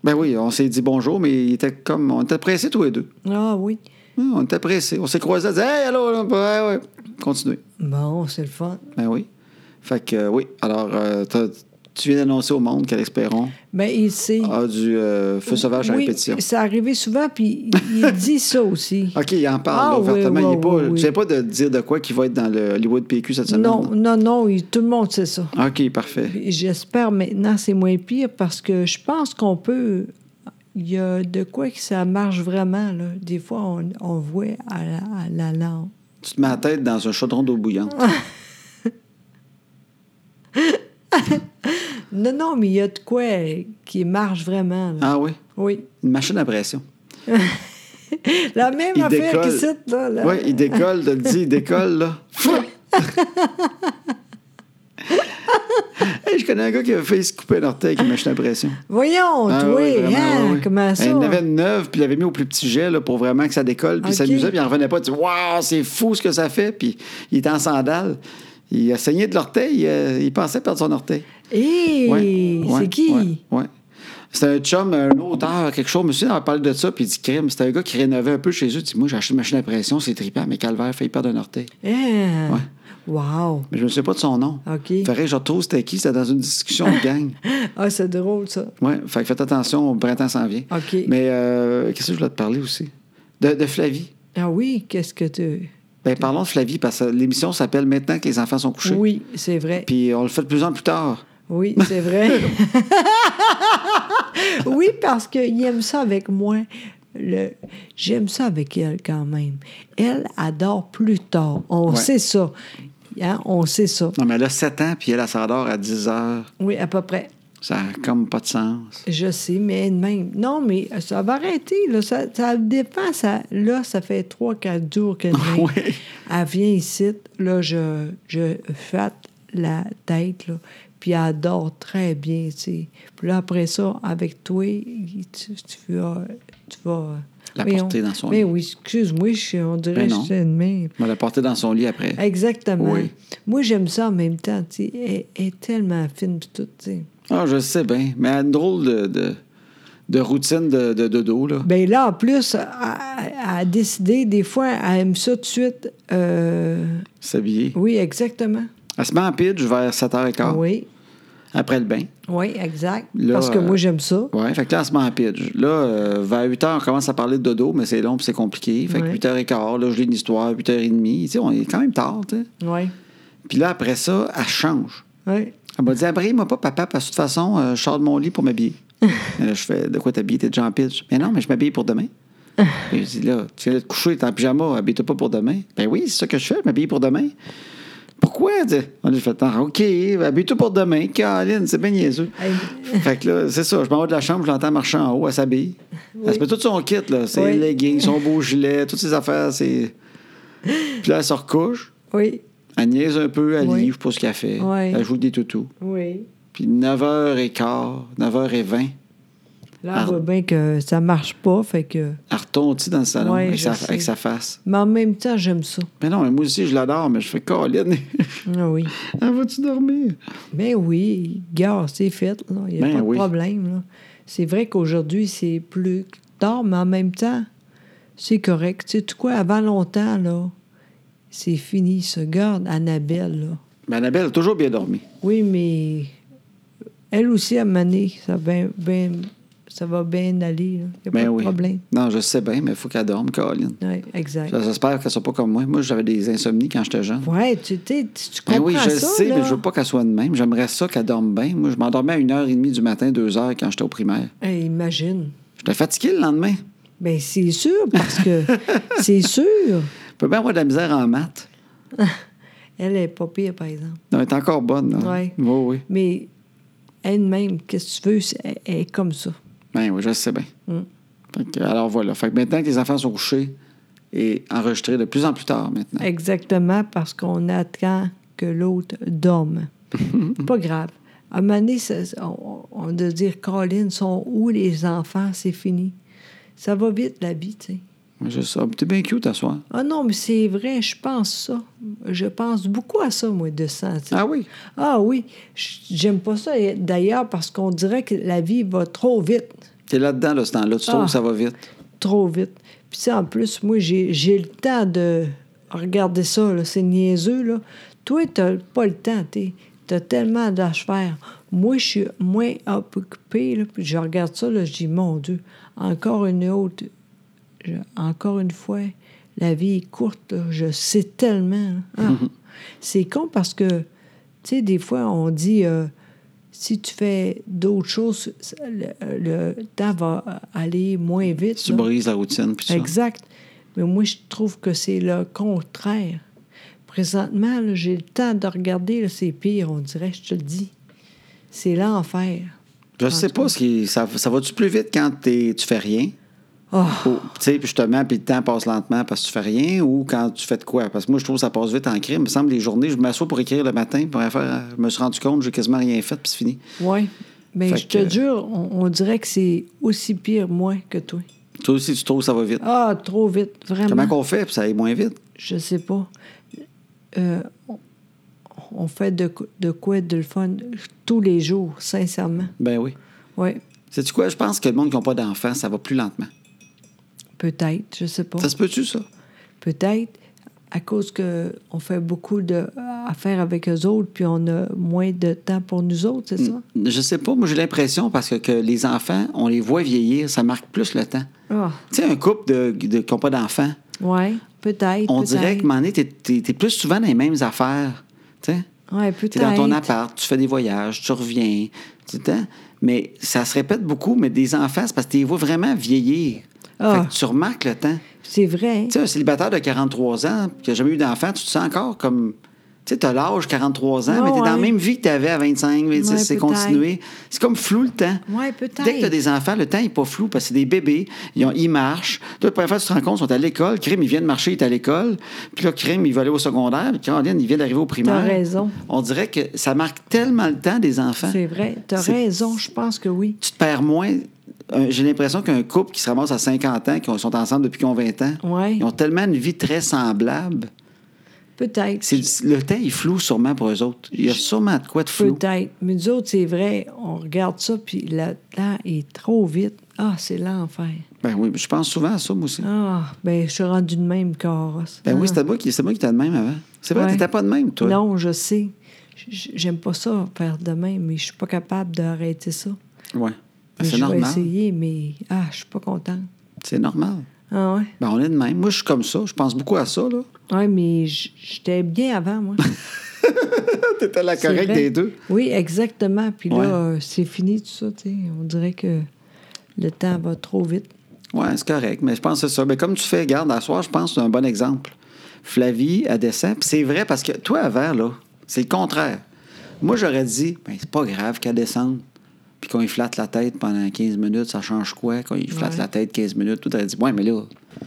[SPEAKER 1] Ben oui, on s'est dit bonjour, mais il était comme. On était pressés tous les deux.
[SPEAKER 2] Ah oui.
[SPEAKER 1] Hum, On était pressés. On s'est croisés, on disait Hey, allô, là, ouais, ouais. Continuez.
[SPEAKER 2] Bon, c'est le fun.
[SPEAKER 1] Ben oui. Fait que euh, oui. Alors, euh, t'as- tu viens d'annoncer au monde qu'Alex Perron
[SPEAKER 2] Mais il sait.
[SPEAKER 1] a du euh, feu sauvage à
[SPEAKER 2] oui,
[SPEAKER 1] répétition.
[SPEAKER 2] C'est arrivé souvent, puis il il dit ça aussi.
[SPEAKER 1] (laughs) OK, il en parle
[SPEAKER 2] Ah,
[SPEAKER 1] là, ouvertement.
[SPEAKER 2] oui,
[SPEAKER 1] il
[SPEAKER 2] oui,
[SPEAKER 1] est pas,
[SPEAKER 2] oui, oui.
[SPEAKER 1] Tu sais pas de dire de quoi qu'il va être dans le Hollywood PQ cette semaine?
[SPEAKER 2] non, non, non, il- tout le monde sait ça.
[SPEAKER 1] non? OK, parfait.
[SPEAKER 2] Puis J'espère maintenant c'est moins pire parce que je pense qu'on peut. Il y a de quoi que ça marche vraiment. Là. Des fois, on, on voit à la, à la lampe.
[SPEAKER 1] Tu te mets la tête dans un chaudron d'eau bouillante.
[SPEAKER 2] Ah. Non, non, mais il y a de quoi euh, qui marche vraiment. là.
[SPEAKER 1] Ah oui?
[SPEAKER 2] Oui.
[SPEAKER 1] Une machine à pression.
[SPEAKER 2] La même
[SPEAKER 1] Il
[SPEAKER 2] affaire
[SPEAKER 1] décolle.
[SPEAKER 2] qu'ici, là. là.
[SPEAKER 1] Oui, il décolle, te le dis, il décolle,
[SPEAKER 2] (laughs)
[SPEAKER 1] là. Hey, je connais un gars qui avait failli se couper l'orteil avec une machine à pression.
[SPEAKER 2] Voyons,
[SPEAKER 1] Ah
[SPEAKER 2] toi,
[SPEAKER 1] oui, vraiment,
[SPEAKER 2] hein,
[SPEAKER 1] oui, oui.
[SPEAKER 2] comment ça?
[SPEAKER 1] Il en avait une neuve, puis il l'avait mis au plus petit jet là, pour vraiment que ça décolle, puis il
[SPEAKER 2] Ok.
[SPEAKER 1] s'amusait, puis il en revenait pas. Il dit Waouh, c'est fou ce que ça fait, puis il était en sandales. Il a saigné de l'orteil, euh, il pensait perdre son orteil.
[SPEAKER 2] Hé,
[SPEAKER 1] Ouais,
[SPEAKER 2] c'est
[SPEAKER 1] ouais,
[SPEAKER 2] qui?
[SPEAKER 1] ouais, ouais. C'était un chum, un auteur, quelque chose. Monsieur, on parlait de ça, puis il dit crime. C'était un gars qui rénovait un peu chez eux. Il dit Moi, j'ai acheté une machine à pression, c'est trippant, mais Calvaire, fait perdre un orteil.
[SPEAKER 2] Hein. Wow.
[SPEAKER 1] Mais je me souviens pas de son nom.
[SPEAKER 2] OK.
[SPEAKER 1] Faudrait que je retrouve c'était qui, c'était dans une discussion de
[SPEAKER 2] (laughs)
[SPEAKER 1] gang.
[SPEAKER 2] Ah, c'est drôle, ça.
[SPEAKER 1] Ouais, fait que faites attention, le printemps s'en vient.
[SPEAKER 2] OK.
[SPEAKER 1] Mais euh, qu'est-ce que je voulais te parler aussi? De, de Flavie.
[SPEAKER 2] Ah oui, qu'est-ce que tu.
[SPEAKER 1] Ben, parlons de Flavie, parce que l'émission s'appelle Maintenant que les enfants sont couchés.
[SPEAKER 2] Oui, c'est vrai.
[SPEAKER 1] Puis on le fait de plus en plus tard.
[SPEAKER 2] Oui, c'est vrai. (laughs) oui, parce qu'il aime ça avec moi. Le... J'aime ça avec elle quand même. Elle adore plus tard. On
[SPEAKER 1] Ouais.
[SPEAKER 2] sait ça. Hein, On sait ça.
[SPEAKER 1] Non, mais elle a 7 ans, puis elle, elle s'endort à 10 heures.
[SPEAKER 2] Oui, à peu près.
[SPEAKER 1] Ça n'a comme pas de sens.
[SPEAKER 2] Je sais, mais elle-même. Non, mais ça va arrêter. Là, ça, ça dépend. Ça, là, ça fait trois, quatre
[SPEAKER 1] (laughs)
[SPEAKER 2] jours qu'elle vient.
[SPEAKER 1] Oui.
[SPEAKER 2] Elle vient ici. Là, je, je flatte la tête. Là, puis elle dort très bien. tu sais. Puis là, après ça, avec toi, il- tu, tu vas. Tu vas
[SPEAKER 1] La
[SPEAKER 2] voyons.
[SPEAKER 1] porter dans son
[SPEAKER 2] Mais
[SPEAKER 1] lit.
[SPEAKER 2] oui, excuse-moi, je- on dirait
[SPEAKER 1] Ben
[SPEAKER 2] que
[SPEAKER 1] non.
[SPEAKER 2] je suis une main.
[SPEAKER 1] On l'a portée dans son lit après.
[SPEAKER 2] Exactement.
[SPEAKER 1] Oui.
[SPEAKER 2] Moi, j'aime ça en même temps. tu sais. Elle, elle est tellement fine. Puis tout, tu sais.
[SPEAKER 1] Ah, je sais bien. Mais elle a une drôle de, de, de routine de, de dodo, là.
[SPEAKER 2] Ben là, en plus, elle a décidé, des fois, elle aime ça tout de suite. Euh,
[SPEAKER 1] S'habiller.
[SPEAKER 2] oui, exactement.
[SPEAKER 1] Elle se met en pitch vers 7h15,
[SPEAKER 2] Oui,
[SPEAKER 1] après le bain.
[SPEAKER 2] oui, exact.
[SPEAKER 1] Ah. Là,
[SPEAKER 2] Parce que
[SPEAKER 1] euh,
[SPEAKER 2] moi, j'aime ça.
[SPEAKER 1] Oui, fait que là, elle se met en pitch. Là, euh, vers 8 h, on commence à parler de dodo, mais c'est long puis c'est compliqué. Fait que
[SPEAKER 2] Ouais.
[SPEAKER 1] 8 h 15, là, je lis une histoire, 8 h 30. Tu sais, on est quand même tard, tu sais.
[SPEAKER 2] Oui,
[SPEAKER 1] Puis là, après ça, elle change.
[SPEAKER 2] oui.
[SPEAKER 1] Elle m'a dit, abrille-moi pas, papa, parce que de toute façon, euh, je sors de mon lit pour m'habiller.
[SPEAKER 2] (laughs)
[SPEAKER 1] Mais là, je fais, de quoi t'habiller? T'es déjà en pitch. Mais non, mais je m'habille pour
[SPEAKER 2] (laughs)
[SPEAKER 1] demain. Puis je dis, là, tu viens de te coucher, t'es en pyjama, habille-toi pas pour demain. Ben oui, c'est ça que je fais, je m'habille pour demain. Pourquoi? Elle dit, On a fait, Ah, OK, habille-toi pour demain. Caroline, c'est bien niaiseux. (laughs) fait que là, c'est ça, je m'en vais de la chambre, je l'entends marcher en haut, elle s'habille. Elle se met tout son kit, là, ses
[SPEAKER 2] Oui.
[SPEAKER 1] leggings, son beau gilet, toutes ses affaires, c'est.
[SPEAKER 2] (laughs)
[SPEAKER 1] Puis là, elle se recouche,
[SPEAKER 2] Oui,
[SPEAKER 1] elle niaise un peu, elle
[SPEAKER 2] Oui.
[SPEAKER 1] livre pour ce qu'elle fait.
[SPEAKER 2] Oui.
[SPEAKER 1] Elle joue des toutous.
[SPEAKER 2] oui.
[SPEAKER 1] Puis 9h15, 9h20,
[SPEAKER 2] Là,
[SPEAKER 1] Ah.
[SPEAKER 2] on voit bien que ça marche pas, fait que...
[SPEAKER 1] elle retombe dans le salon
[SPEAKER 2] Ouais,
[SPEAKER 1] avec,
[SPEAKER 2] je
[SPEAKER 1] sa,
[SPEAKER 2] sais.
[SPEAKER 1] avec sa face.
[SPEAKER 2] Mais en même temps, j'aime ça.
[SPEAKER 1] Mais non, mais moi aussi, je l'adore, mais je fais Colin, (laughs)
[SPEAKER 2] Ah oui.
[SPEAKER 1] elle va-tu dormir?
[SPEAKER 2] Ben oui, gars, c'est fait. Il n'y a
[SPEAKER 1] Ben
[SPEAKER 2] pas de
[SPEAKER 1] oui.
[SPEAKER 2] problème. là. C'est vrai qu'aujourd'hui, c'est plus tard, mais en même temps, c'est correct. Tu sais, tu quoi, avant longtemps, là, c'est fini. Se garde, Annabelle, là.
[SPEAKER 1] Mais Annabelle a toujours bien dormi.
[SPEAKER 2] Oui, mais elle aussi, à Mané, ça, ben, ben- ça va bien aller. Il n'y a
[SPEAKER 1] Ben
[SPEAKER 2] pas
[SPEAKER 1] oui.
[SPEAKER 2] de problème.
[SPEAKER 1] Non, je sais bien, mais il faut qu'elle dorme, Colin.
[SPEAKER 2] Ouais, exact.
[SPEAKER 1] J'espère qu'elle soit pas comme moi. Moi, j'avais des insomnies quand j'étais jeune.
[SPEAKER 2] Ouais, tu, tu, tu tu
[SPEAKER 1] Ben
[SPEAKER 2] comprends
[SPEAKER 1] oui, je le
[SPEAKER 2] ça,
[SPEAKER 1] sais,
[SPEAKER 2] là?
[SPEAKER 1] mais je veux pas qu'elle soit de même. J'aimerais ça qu'elle dorme bien. Moi, je m'endormais à 1h30 du matin, 2h quand j'étais au primaire.
[SPEAKER 2] Hey, imagine.
[SPEAKER 1] J'étais fatigué le lendemain.
[SPEAKER 2] Ben c'est sûr,
[SPEAKER 1] (laughs)
[SPEAKER 2] parce que c'est sûr.
[SPEAKER 1] Je peux bien avoir de la misère en maths.
[SPEAKER 2] Elle est pas pire, par exemple.
[SPEAKER 1] Non, elle est encore bonne. là.
[SPEAKER 2] Ouais.
[SPEAKER 1] Oui, oui.
[SPEAKER 2] Mais elle-même, qu'est-ce que tu veux, c'est- elle, elle est comme ça.
[SPEAKER 1] Ben oui, je sais bien. Fait que, alors voilà. Fait que maintenant que les enfants sont couchés et enregistrés de plus en plus tard maintenant.
[SPEAKER 2] Exactement parce qu'on attend que l'autre dorme. pas grave. À un moment donné, ça- on, on doit dire, Colin, sont où les enfants? C'est fini. Ça va vite, la vie, tu sais.
[SPEAKER 1] Ouais, Je sais. T'es bien cute à soir.
[SPEAKER 2] Ah non, mais c'est vrai, je pense ça. Je pense beaucoup à ça, moi, de sentir.
[SPEAKER 1] Ah oui.
[SPEAKER 2] Ah oui, j- j'aime pas ça et d'ailleurs parce qu'on dirait que la vie va trop vite.
[SPEAKER 1] T'es là-dedans, là, ce temps-là. Tu trouves
[SPEAKER 2] Ah.
[SPEAKER 1] que ça va vite.
[SPEAKER 2] Trop vite. Puis tu sais, en plus, moi, j'ai j'ai le temps de regarder ça, là, c'est niaiseux. Là. Toi, t'as pas le temps, t'es- t'as tellement à faire. Moi, je suis moins occupée, là, puis je regarde ça, là, je dis, mon Dieu, encore une autre, je- encore une fois, la vie est courte, là, je sais tellement. là. Ah. C'est con parce que, tu sais, des fois, on dit, euh, si tu fais d'autres choses, ça- le, le temps va aller moins vite.
[SPEAKER 1] Tu
[SPEAKER 2] là.
[SPEAKER 1] brises la routine. Puis tout ça.
[SPEAKER 2] Exact. Mais moi, je trouve que c'est le contraire. Présentement, là, j'ai le temps de regarder, là, c'est pire, on dirait, je te le dis. C'est l'enfer.
[SPEAKER 1] Je sais pas ce qui. Ça, ça va-tu plus vite quand t'es- tu fais rien?
[SPEAKER 2] Ah,
[SPEAKER 1] Ou, Tu sais, puis justement, puis le temps passe lentement parce que tu fais rien ou quand tu fais de quoi? Parce que moi, je trouve que ça passe vite en crime. Il me semble les journées, je m'assois pour écrire le matin, pour rien faire, je me suis rendu compte, j'ai quasiment rien fait, puis c'est fini.
[SPEAKER 2] ouais. Mais
[SPEAKER 1] Fait
[SPEAKER 2] je te
[SPEAKER 1] que-
[SPEAKER 2] jure, on, on dirait que c'est aussi pire, moi, que toi.
[SPEAKER 1] Toi aussi, tu trouves que ça va vite.
[SPEAKER 2] Ah, trop vite,
[SPEAKER 1] Comment
[SPEAKER 2] vraiment.
[SPEAKER 1] qu'on fait, puis ça aille moins vite?
[SPEAKER 2] Je sais pas. Euh, on, on fait de, co- de quoi de le fun tous les jours, sincèrement.
[SPEAKER 1] Ben oui.
[SPEAKER 2] Oui,
[SPEAKER 1] Sais-tu quoi? Je pense que le monde qui n'a pas d'enfants, ça va plus lentement.
[SPEAKER 2] peut-être, je sais pas.
[SPEAKER 1] Ça se peut-tu, ça?
[SPEAKER 2] peut-être à cause que on fait beaucoup de affaires avec eux autres, puis on a moins de temps pour nous autres,
[SPEAKER 1] Mm.
[SPEAKER 2] c'est ça?
[SPEAKER 1] Je sais pas. Moi, j'ai l'impression parce que, que les enfants, on les voit vieillir, ça marque plus le temps.
[SPEAKER 2] Ah,
[SPEAKER 1] Tu sais, un couple de, de, qui n'a pas d'enfants,
[SPEAKER 2] ouais, peut-être.
[SPEAKER 1] on
[SPEAKER 2] peut-être.
[SPEAKER 1] dirait que, à un moment donné, t'es- t'es t'es plus souvent dans les mêmes affaires. Tu sais?
[SPEAKER 2] Ouais,
[SPEAKER 1] Tu es dans ton
[SPEAKER 2] peut-être.
[SPEAKER 1] appart, tu fais des voyages, tu reviens, tu sais, Mais ça se répète beaucoup, mais des enfants, c'est parce que tu les vois vraiment vieillir.
[SPEAKER 2] Ah.
[SPEAKER 1] Fait que tu remarques le temps.
[SPEAKER 2] C'est vrai. hein?
[SPEAKER 1] Tu sais, un célibataire de 43 ans qui n'a jamais eu d'enfant, tu te sens encore comme. Tu sais, t'as l'âge 43 ans,
[SPEAKER 2] Ouais,
[SPEAKER 1] mais t'es dans la
[SPEAKER 2] ouais.
[SPEAKER 1] même vie que t'avais à 25, 26,
[SPEAKER 2] Ouais,
[SPEAKER 1] c'est
[SPEAKER 2] peut-être.
[SPEAKER 1] continué. C'est comme flou le temps.
[SPEAKER 2] Ouais, peut-être.
[SPEAKER 1] Dès que t'as des enfants, le temps n'est pas flou parce que c'est des bébés, ils, ont- ils marchent. Toi, la première fois que tu te rends compte, ils sont à l'école. Crime, ils viennent marcher, il est à l'école. Puis là, Crime, il va aller au secondaire. Puis Caroline, il vient d'arriver au primaire.
[SPEAKER 2] T'as raison.
[SPEAKER 1] On dirait que ça marque tellement le temps des enfants.
[SPEAKER 2] C'est vrai. T'as
[SPEAKER 1] C'est-
[SPEAKER 2] raison, je pense que oui.
[SPEAKER 1] Tu te perds moins. Euh, J'ai l'impression qu'un couple qui se ramasse à 50 ans, qui sont ensemble depuis qu'ils ont 20 ans,
[SPEAKER 2] Ouais.
[SPEAKER 1] ils ont tellement une vie très semblable.
[SPEAKER 2] Peut-être.
[SPEAKER 1] C'est- le temps est flou sûrement pour eux autres. Il y a sûrement de quoi de flou.
[SPEAKER 2] Peut-être. Mais nous autres, c'est vrai, on regarde ça, puis le temps est trop vite. Ah, c'est l'enfer.
[SPEAKER 1] Ben oui, je pense souvent à ça, moi aussi.
[SPEAKER 2] Ah, ben, je suis rendu de même carrosse.
[SPEAKER 1] Ben oui,
[SPEAKER 2] Ah.
[SPEAKER 1] c'était moi qui c'était moi qui étais de même avant. C'est vrai,
[SPEAKER 2] Ouais.
[SPEAKER 1] t'étais pas de même, toi.
[SPEAKER 2] Non, je sais. J- j- J'aime pas ça, faire de même, mais je suis pas capable d'arrêter ça.
[SPEAKER 1] Ouais. Ben,
[SPEAKER 2] Mais
[SPEAKER 1] c'est
[SPEAKER 2] Je vais
[SPEAKER 1] normal.
[SPEAKER 2] essayer, mais ah, je suis pas contente.
[SPEAKER 1] C'est normal.
[SPEAKER 2] Ah ouais?
[SPEAKER 1] Ben on est de même. Moi, je suis comme ça. Je pense beaucoup à ça,
[SPEAKER 2] (laughs)
[SPEAKER 1] là.
[SPEAKER 2] Ouais, mais j- j'étais bien
[SPEAKER 1] (laughs)
[SPEAKER 2] avant, moi.
[SPEAKER 1] t'étais la
[SPEAKER 2] C'est
[SPEAKER 1] correcte
[SPEAKER 2] vrai.
[SPEAKER 1] des deux.
[SPEAKER 2] Oui, exactement. Puis là,
[SPEAKER 1] Ouais.
[SPEAKER 2] euh, c'est fini tout ça, tu sais. On dirait que le temps va trop vite.
[SPEAKER 1] Oui, c'est correct, mais je pense que c'est ça. Mais comme tu fais, regarde, à soir, je pense que c'est un bon exemple. Flavie, à descend. Puis c'est vrai parce que toi, avant, là, c'est le contraire. Moi, j'aurais dit, ben, c'est pas grave qu'elle descende. Puis qu'on y flatte la tête pendant 15 minutes, ça change quoi? Qu'on y flatte
[SPEAKER 2] Ouais.
[SPEAKER 1] la tête 15 minutes, tout aurait dit, ouais, mais là, tu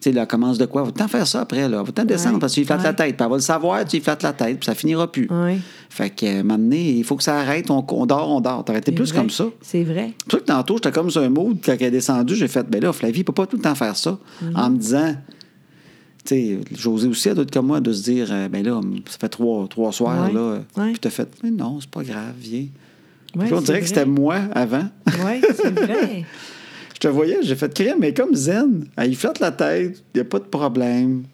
[SPEAKER 1] sais, là, commence de quoi? Va t'en faire ça après, là. Va t'en descendre
[SPEAKER 2] Ouais,
[SPEAKER 1] parce que tu y flattes
[SPEAKER 2] ouais.
[SPEAKER 1] la tête. Puis elle va le savoir, tu y flattes la tête, puis ça finira plus.
[SPEAKER 2] Ouais.
[SPEAKER 1] Fait que, euh, m'amener, il faut que ça arrête, on, on dort, on dort. T'aurais été
[SPEAKER 2] C'est
[SPEAKER 1] plus
[SPEAKER 2] vrai.
[SPEAKER 1] comme ça.
[SPEAKER 2] C'est vrai.
[SPEAKER 1] C'est pour ça que tantôt, j'étais comme sur un mot, quand elle est descendue, j'ai fait, ben là, Flavie, il peut pas tout le temps faire ça.
[SPEAKER 2] Mm-hmm.
[SPEAKER 1] En me disant, tu sais, José aussi, elle doit être comme moi, de se dire, euh, ben là, ça fait trois, trois soirs,
[SPEAKER 2] Ouais.
[SPEAKER 1] là. euh,
[SPEAKER 2] Ouais.
[SPEAKER 1] Puis t'as fait, mais non, c'est pas grave, viens.
[SPEAKER 2] Ouais,
[SPEAKER 1] Puis on
[SPEAKER 2] c'est
[SPEAKER 1] dirait que c'était
[SPEAKER 2] vrai.
[SPEAKER 1] moi avant. (laughs)
[SPEAKER 2] Ouais, c'est vrai.
[SPEAKER 1] Je te voyais, j'ai fait crème, mais comme zen. Elle y flotte la tête, il a pas de problème.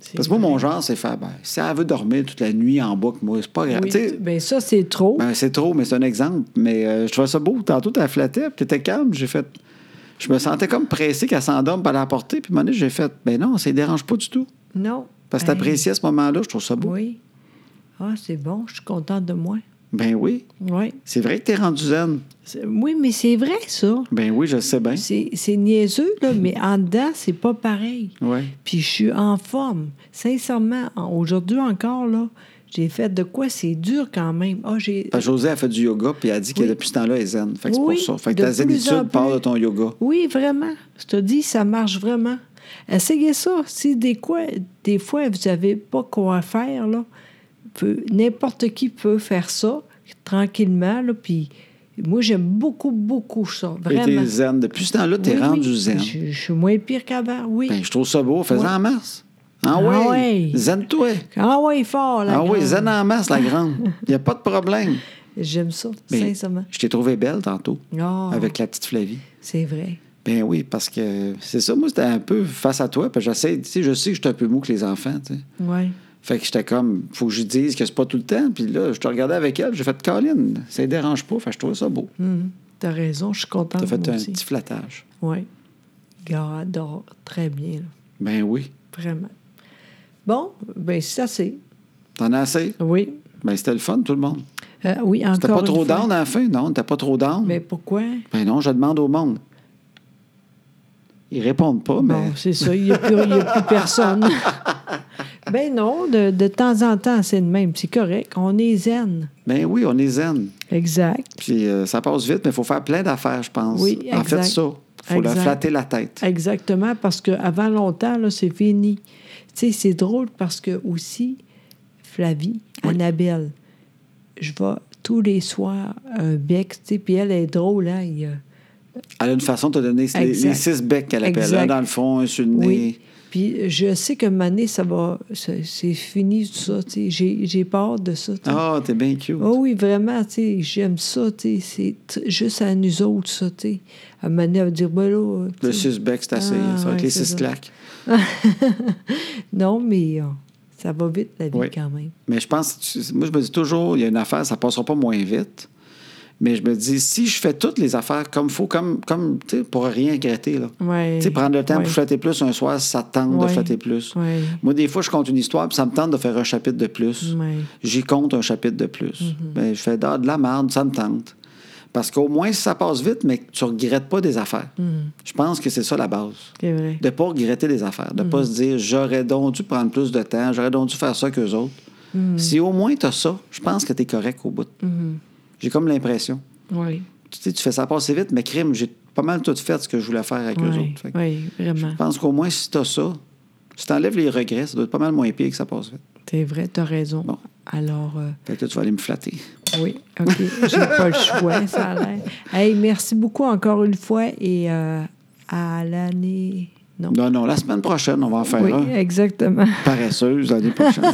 [SPEAKER 2] C'est
[SPEAKER 1] Parce que moi,
[SPEAKER 2] vrai.
[SPEAKER 1] mon genre, c'est faire, ben, si elle veut dormir toute la nuit en bas que moi, c'est pas grave.
[SPEAKER 2] Oui,
[SPEAKER 1] Tu sais,
[SPEAKER 2] ben ça, c'est trop.
[SPEAKER 1] Ben, c'est trop, mais c'est un exemple. Mais euh, je trouvais ça beau. Tantôt, tu flatté, puis tu étais calme. J'ai fait. Je me sentais comme pressé qu'elle s'endorme pour la porter. Puis, à un moment donné, j'ai fait. Ben non, ça ne dérange pas du tout.
[SPEAKER 2] non.
[SPEAKER 1] Parce que
[SPEAKER 2] Ben,
[SPEAKER 1] t'appréciais ce moment-là. Je trouve ça beau.
[SPEAKER 2] Oui. Ah, c'est bon, je suis contente de moi.
[SPEAKER 1] Ben oui.
[SPEAKER 2] Oui.
[SPEAKER 1] C'est vrai que tu es rendu zen.
[SPEAKER 2] C'est- Oui, mais c'est vrai, ça.
[SPEAKER 1] Ben oui, je sais bien.
[SPEAKER 2] C'est c'est niaiseux, là, mais en dedans, c'est pas pareil.
[SPEAKER 1] Ouais.
[SPEAKER 2] Puis je suis en forme. Sincèrement, en- aujourd'hui encore, là, j'ai fait de quoi? C'est dur quand même. Ah, j'ai...
[SPEAKER 1] Parce que José a fait du yoga, puis elle a dit que
[SPEAKER 2] Oui.
[SPEAKER 1] depuis ce temps-là, elle est zen. Fait que c'est
[SPEAKER 2] Oui,
[SPEAKER 1] pour ça. Fait que
[SPEAKER 2] de
[SPEAKER 1] ta
[SPEAKER 2] plus en
[SPEAKER 1] zénitude
[SPEAKER 2] plus.
[SPEAKER 1] part de ton yoga.
[SPEAKER 2] Oui, vraiment. Je te dis, ça marche vraiment. Essayez ça. Si des, quoi, des fois, vous n'avez pas quoi faire, là, peut- n'importe qui peut faire ça. tranquillement, là, puis moi, j'aime beaucoup, beaucoup ça,
[SPEAKER 1] Et
[SPEAKER 2] vraiment.
[SPEAKER 1] t'es zen. Depuis ce temps-là, t'es
[SPEAKER 2] Oui, oui.
[SPEAKER 1] rendu zen.
[SPEAKER 2] Je, je suis moins pire qu'avant, oui.
[SPEAKER 1] Ben, je trouve ça beau. Fais-en
[SPEAKER 2] Ouais.
[SPEAKER 1] en masse. Ah
[SPEAKER 2] Ah
[SPEAKER 1] oui.
[SPEAKER 2] ouais.
[SPEAKER 1] Zen-toi.
[SPEAKER 2] ah oui, fort, là.
[SPEAKER 1] Ah oui, zen en masse, la grande.
[SPEAKER 2] (laughs)
[SPEAKER 1] Il n'y a pas de problème.
[SPEAKER 2] J'aime ça,
[SPEAKER 1] Ben,
[SPEAKER 2] sincèrement.
[SPEAKER 1] Je t'ai trouvé belle tantôt,
[SPEAKER 2] Ah,
[SPEAKER 1] avec la petite Flavie.
[SPEAKER 2] c'est vrai.
[SPEAKER 1] Ben oui, parce que c'est ça, moi, c'était un peu face à toi. Puis j'essaie, tu sais, je sais que j'étais un peu mou que les enfants, tu sais.
[SPEAKER 2] Oui.
[SPEAKER 1] Fait que j'étais comme, faut que je dise que c'est pas tout le temps. Puis là, je te regardais avec elle, j'ai fait Colin, ça ne dérange pas. Fait que je trouvais ça beau.
[SPEAKER 2] Hum, T'as raison, je suis contente.
[SPEAKER 1] T'as fait
[SPEAKER 2] moi
[SPEAKER 1] un
[SPEAKER 2] aussi.
[SPEAKER 1] petit flattage.
[SPEAKER 2] Oui. Gare adore très bien, là.
[SPEAKER 1] Ben oui.
[SPEAKER 2] vraiment. Bon, ben ça c'est.
[SPEAKER 1] T'en as assez?
[SPEAKER 2] Oui.
[SPEAKER 1] Ben c'était le fun, tout le monde.
[SPEAKER 2] Euh, oui, encore.
[SPEAKER 1] T'as pas
[SPEAKER 2] une
[SPEAKER 1] trop hein?
[SPEAKER 2] fois.
[SPEAKER 1] down à la fin? Non, t'as pas trop down?
[SPEAKER 2] Mais pourquoi?
[SPEAKER 1] Ben non, je demande au monde. Ils répondent pas, mais
[SPEAKER 2] Bon, c'est ça, il n'y a, plus- il y a plus personne.
[SPEAKER 1] (laughs)
[SPEAKER 2] ben non, de, de temps en temps, c'est le même. C'est correct. On est zen.
[SPEAKER 1] ben oui, on est zen.
[SPEAKER 2] Exact.
[SPEAKER 1] Puis euh, ça passe vite, mais il faut faire plein d'affaires, je pense.
[SPEAKER 2] Oui,
[SPEAKER 1] En fait,
[SPEAKER 2] exact.
[SPEAKER 1] ça, faut la
[SPEAKER 2] Exact.
[SPEAKER 1] flatter la tête.
[SPEAKER 2] Exactement, parce qu'avant longtemps, là, c'est fini. Tu sais, c'est drôle parce que aussi, Flavie,
[SPEAKER 1] Oui.
[SPEAKER 2] Annabelle, je vais tous les soirs à un bec, tu sais, puis elle est drôle, hein. il y a-
[SPEAKER 1] Elle a une façon de te donner les,
[SPEAKER 2] Exact.
[SPEAKER 1] les six becs qu'elle appelle.
[SPEAKER 2] Exact.
[SPEAKER 1] Un dans le fond, un sur le nez.
[SPEAKER 2] Oui. Puis je sais que Mané, ça va. ça- C'est fini tout ça. tu sais. J'ai j'ai peur de ça. tu sais.
[SPEAKER 1] Ah, t'es bien cute.
[SPEAKER 2] Oh oui, vraiment, tu sais, j'aime ça, tu sais, c'est t- juste à nous autres, ça, tu sais. À Mané, elle va dire, ben là, euh, tu
[SPEAKER 1] Le
[SPEAKER 2] sais,
[SPEAKER 1] six becs, c'est assez.
[SPEAKER 2] Ah,
[SPEAKER 1] ça va être
[SPEAKER 2] ouais,
[SPEAKER 1] les
[SPEAKER 2] c'est
[SPEAKER 1] six
[SPEAKER 2] ça.
[SPEAKER 1] claques.
[SPEAKER 2] non, mais euh, ça va vite, la vie,
[SPEAKER 1] Oui.
[SPEAKER 2] quand même.
[SPEAKER 1] Mais je pense, tu- moi, je me dis toujours, il y a une affaire, ça passera pas moins vite. Mais je me dis, si je fais toutes les affaires comme il faut, comme, comme tu sais, pour rien regretter, là.
[SPEAKER 2] Ouais.
[SPEAKER 1] Tu sais, prendre le temps
[SPEAKER 2] Ouais.
[SPEAKER 1] pour flatter plus un soir, ça te tente de
[SPEAKER 2] Ouais.
[SPEAKER 1] flatter plus.
[SPEAKER 2] Ouais.
[SPEAKER 1] Moi, des fois, je compte une histoire, puis ça me tente de faire un chapitre de plus.
[SPEAKER 2] Ouais.
[SPEAKER 1] J'y compte un chapitre de plus. Ben, je fais ah, de la merde, ça me tente. Parce qu'au moins, ça passe vite, mais que tu ne regrettes pas des affaires. Je pense que c'est ça la base.
[SPEAKER 2] C'est vrai.
[SPEAKER 1] De ne pas regretter des affaires. De ne pas se dire j'aurais donc dû prendre plus de temps, j'aurais donc dû faire ça qu'eux autres. Si au moins tu as ça, je pense que tu es correct au bout. J'ai comme l'impression.
[SPEAKER 2] Oui.
[SPEAKER 1] Tu sais, tu fais ça passer vite, mais crime, j'ai pas mal tout fait ce que je voulais faire avec eux
[SPEAKER 2] Oui,
[SPEAKER 1] autres. Fait que
[SPEAKER 2] oui, vraiment.
[SPEAKER 1] Je pense qu'au moins, si tu as ça, si tu enlèves les regrets, ça doit être pas mal moins pire que ça passe vite.
[SPEAKER 2] C'est vrai, t'as raison.
[SPEAKER 1] Bon.
[SPEAKER 2] Alors, euh,
[SPEAKER 1] Fait que là, tu vas aller me flatter.
[SPEAKER 2] oui, OK, j'ai pas le choix, ça a l'air. Hey, merci beaucoup encore une fois et euh, à l'année. Non.
[SPEAKER 1] Non, non, la semaine prochaine, on va en faire
[SPEAKER 2] Oui,
[SPEAKER 1] un.
[SPEAKER 2] exactement.
[SPEAKER 1] Paresseuse l'année prochaine.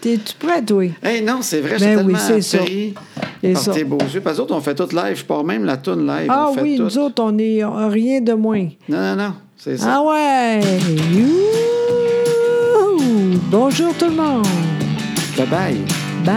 [SPEAKER 2] T'es-tu prêt, toi?
[SPEAKER 1] (laughs) hey, non, c'est vrai,
[SPEAKER 2] Ben
[SPEAKER 1] j'ai
[SPEAKER 2] oui,
[SPEAKER 1] tellement
[SPEAKER 2] c'est ça.
[SPEAKER 1] appris
[SPEAKER 2] C'est
[SPEAKER 1] par
[SPEAKER 2] ça.
[SPEAKER 1] tes beaux yeux. Parce que nous autres, on fait tout live. Je pars même la toune live.
[SPEAKER 2] Ah
[SPEAKER 1] on fait
[SPEAKER 2] oui,
[SPEAKER 1] tout.
[SPEAKER 2] nous autres, on est on- rien de moins.
[SPEAKER 1] Non, non, non, c'est ça.
[SPEAKER 2] Ah ouais! Youhou! Bonjour tout le monde!
[SPEAKER 1] Bye bye.
[SPEAKER 2] Bye!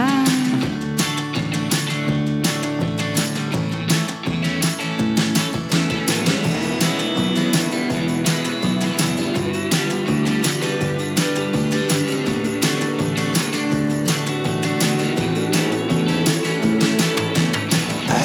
[SPEAKER 3] À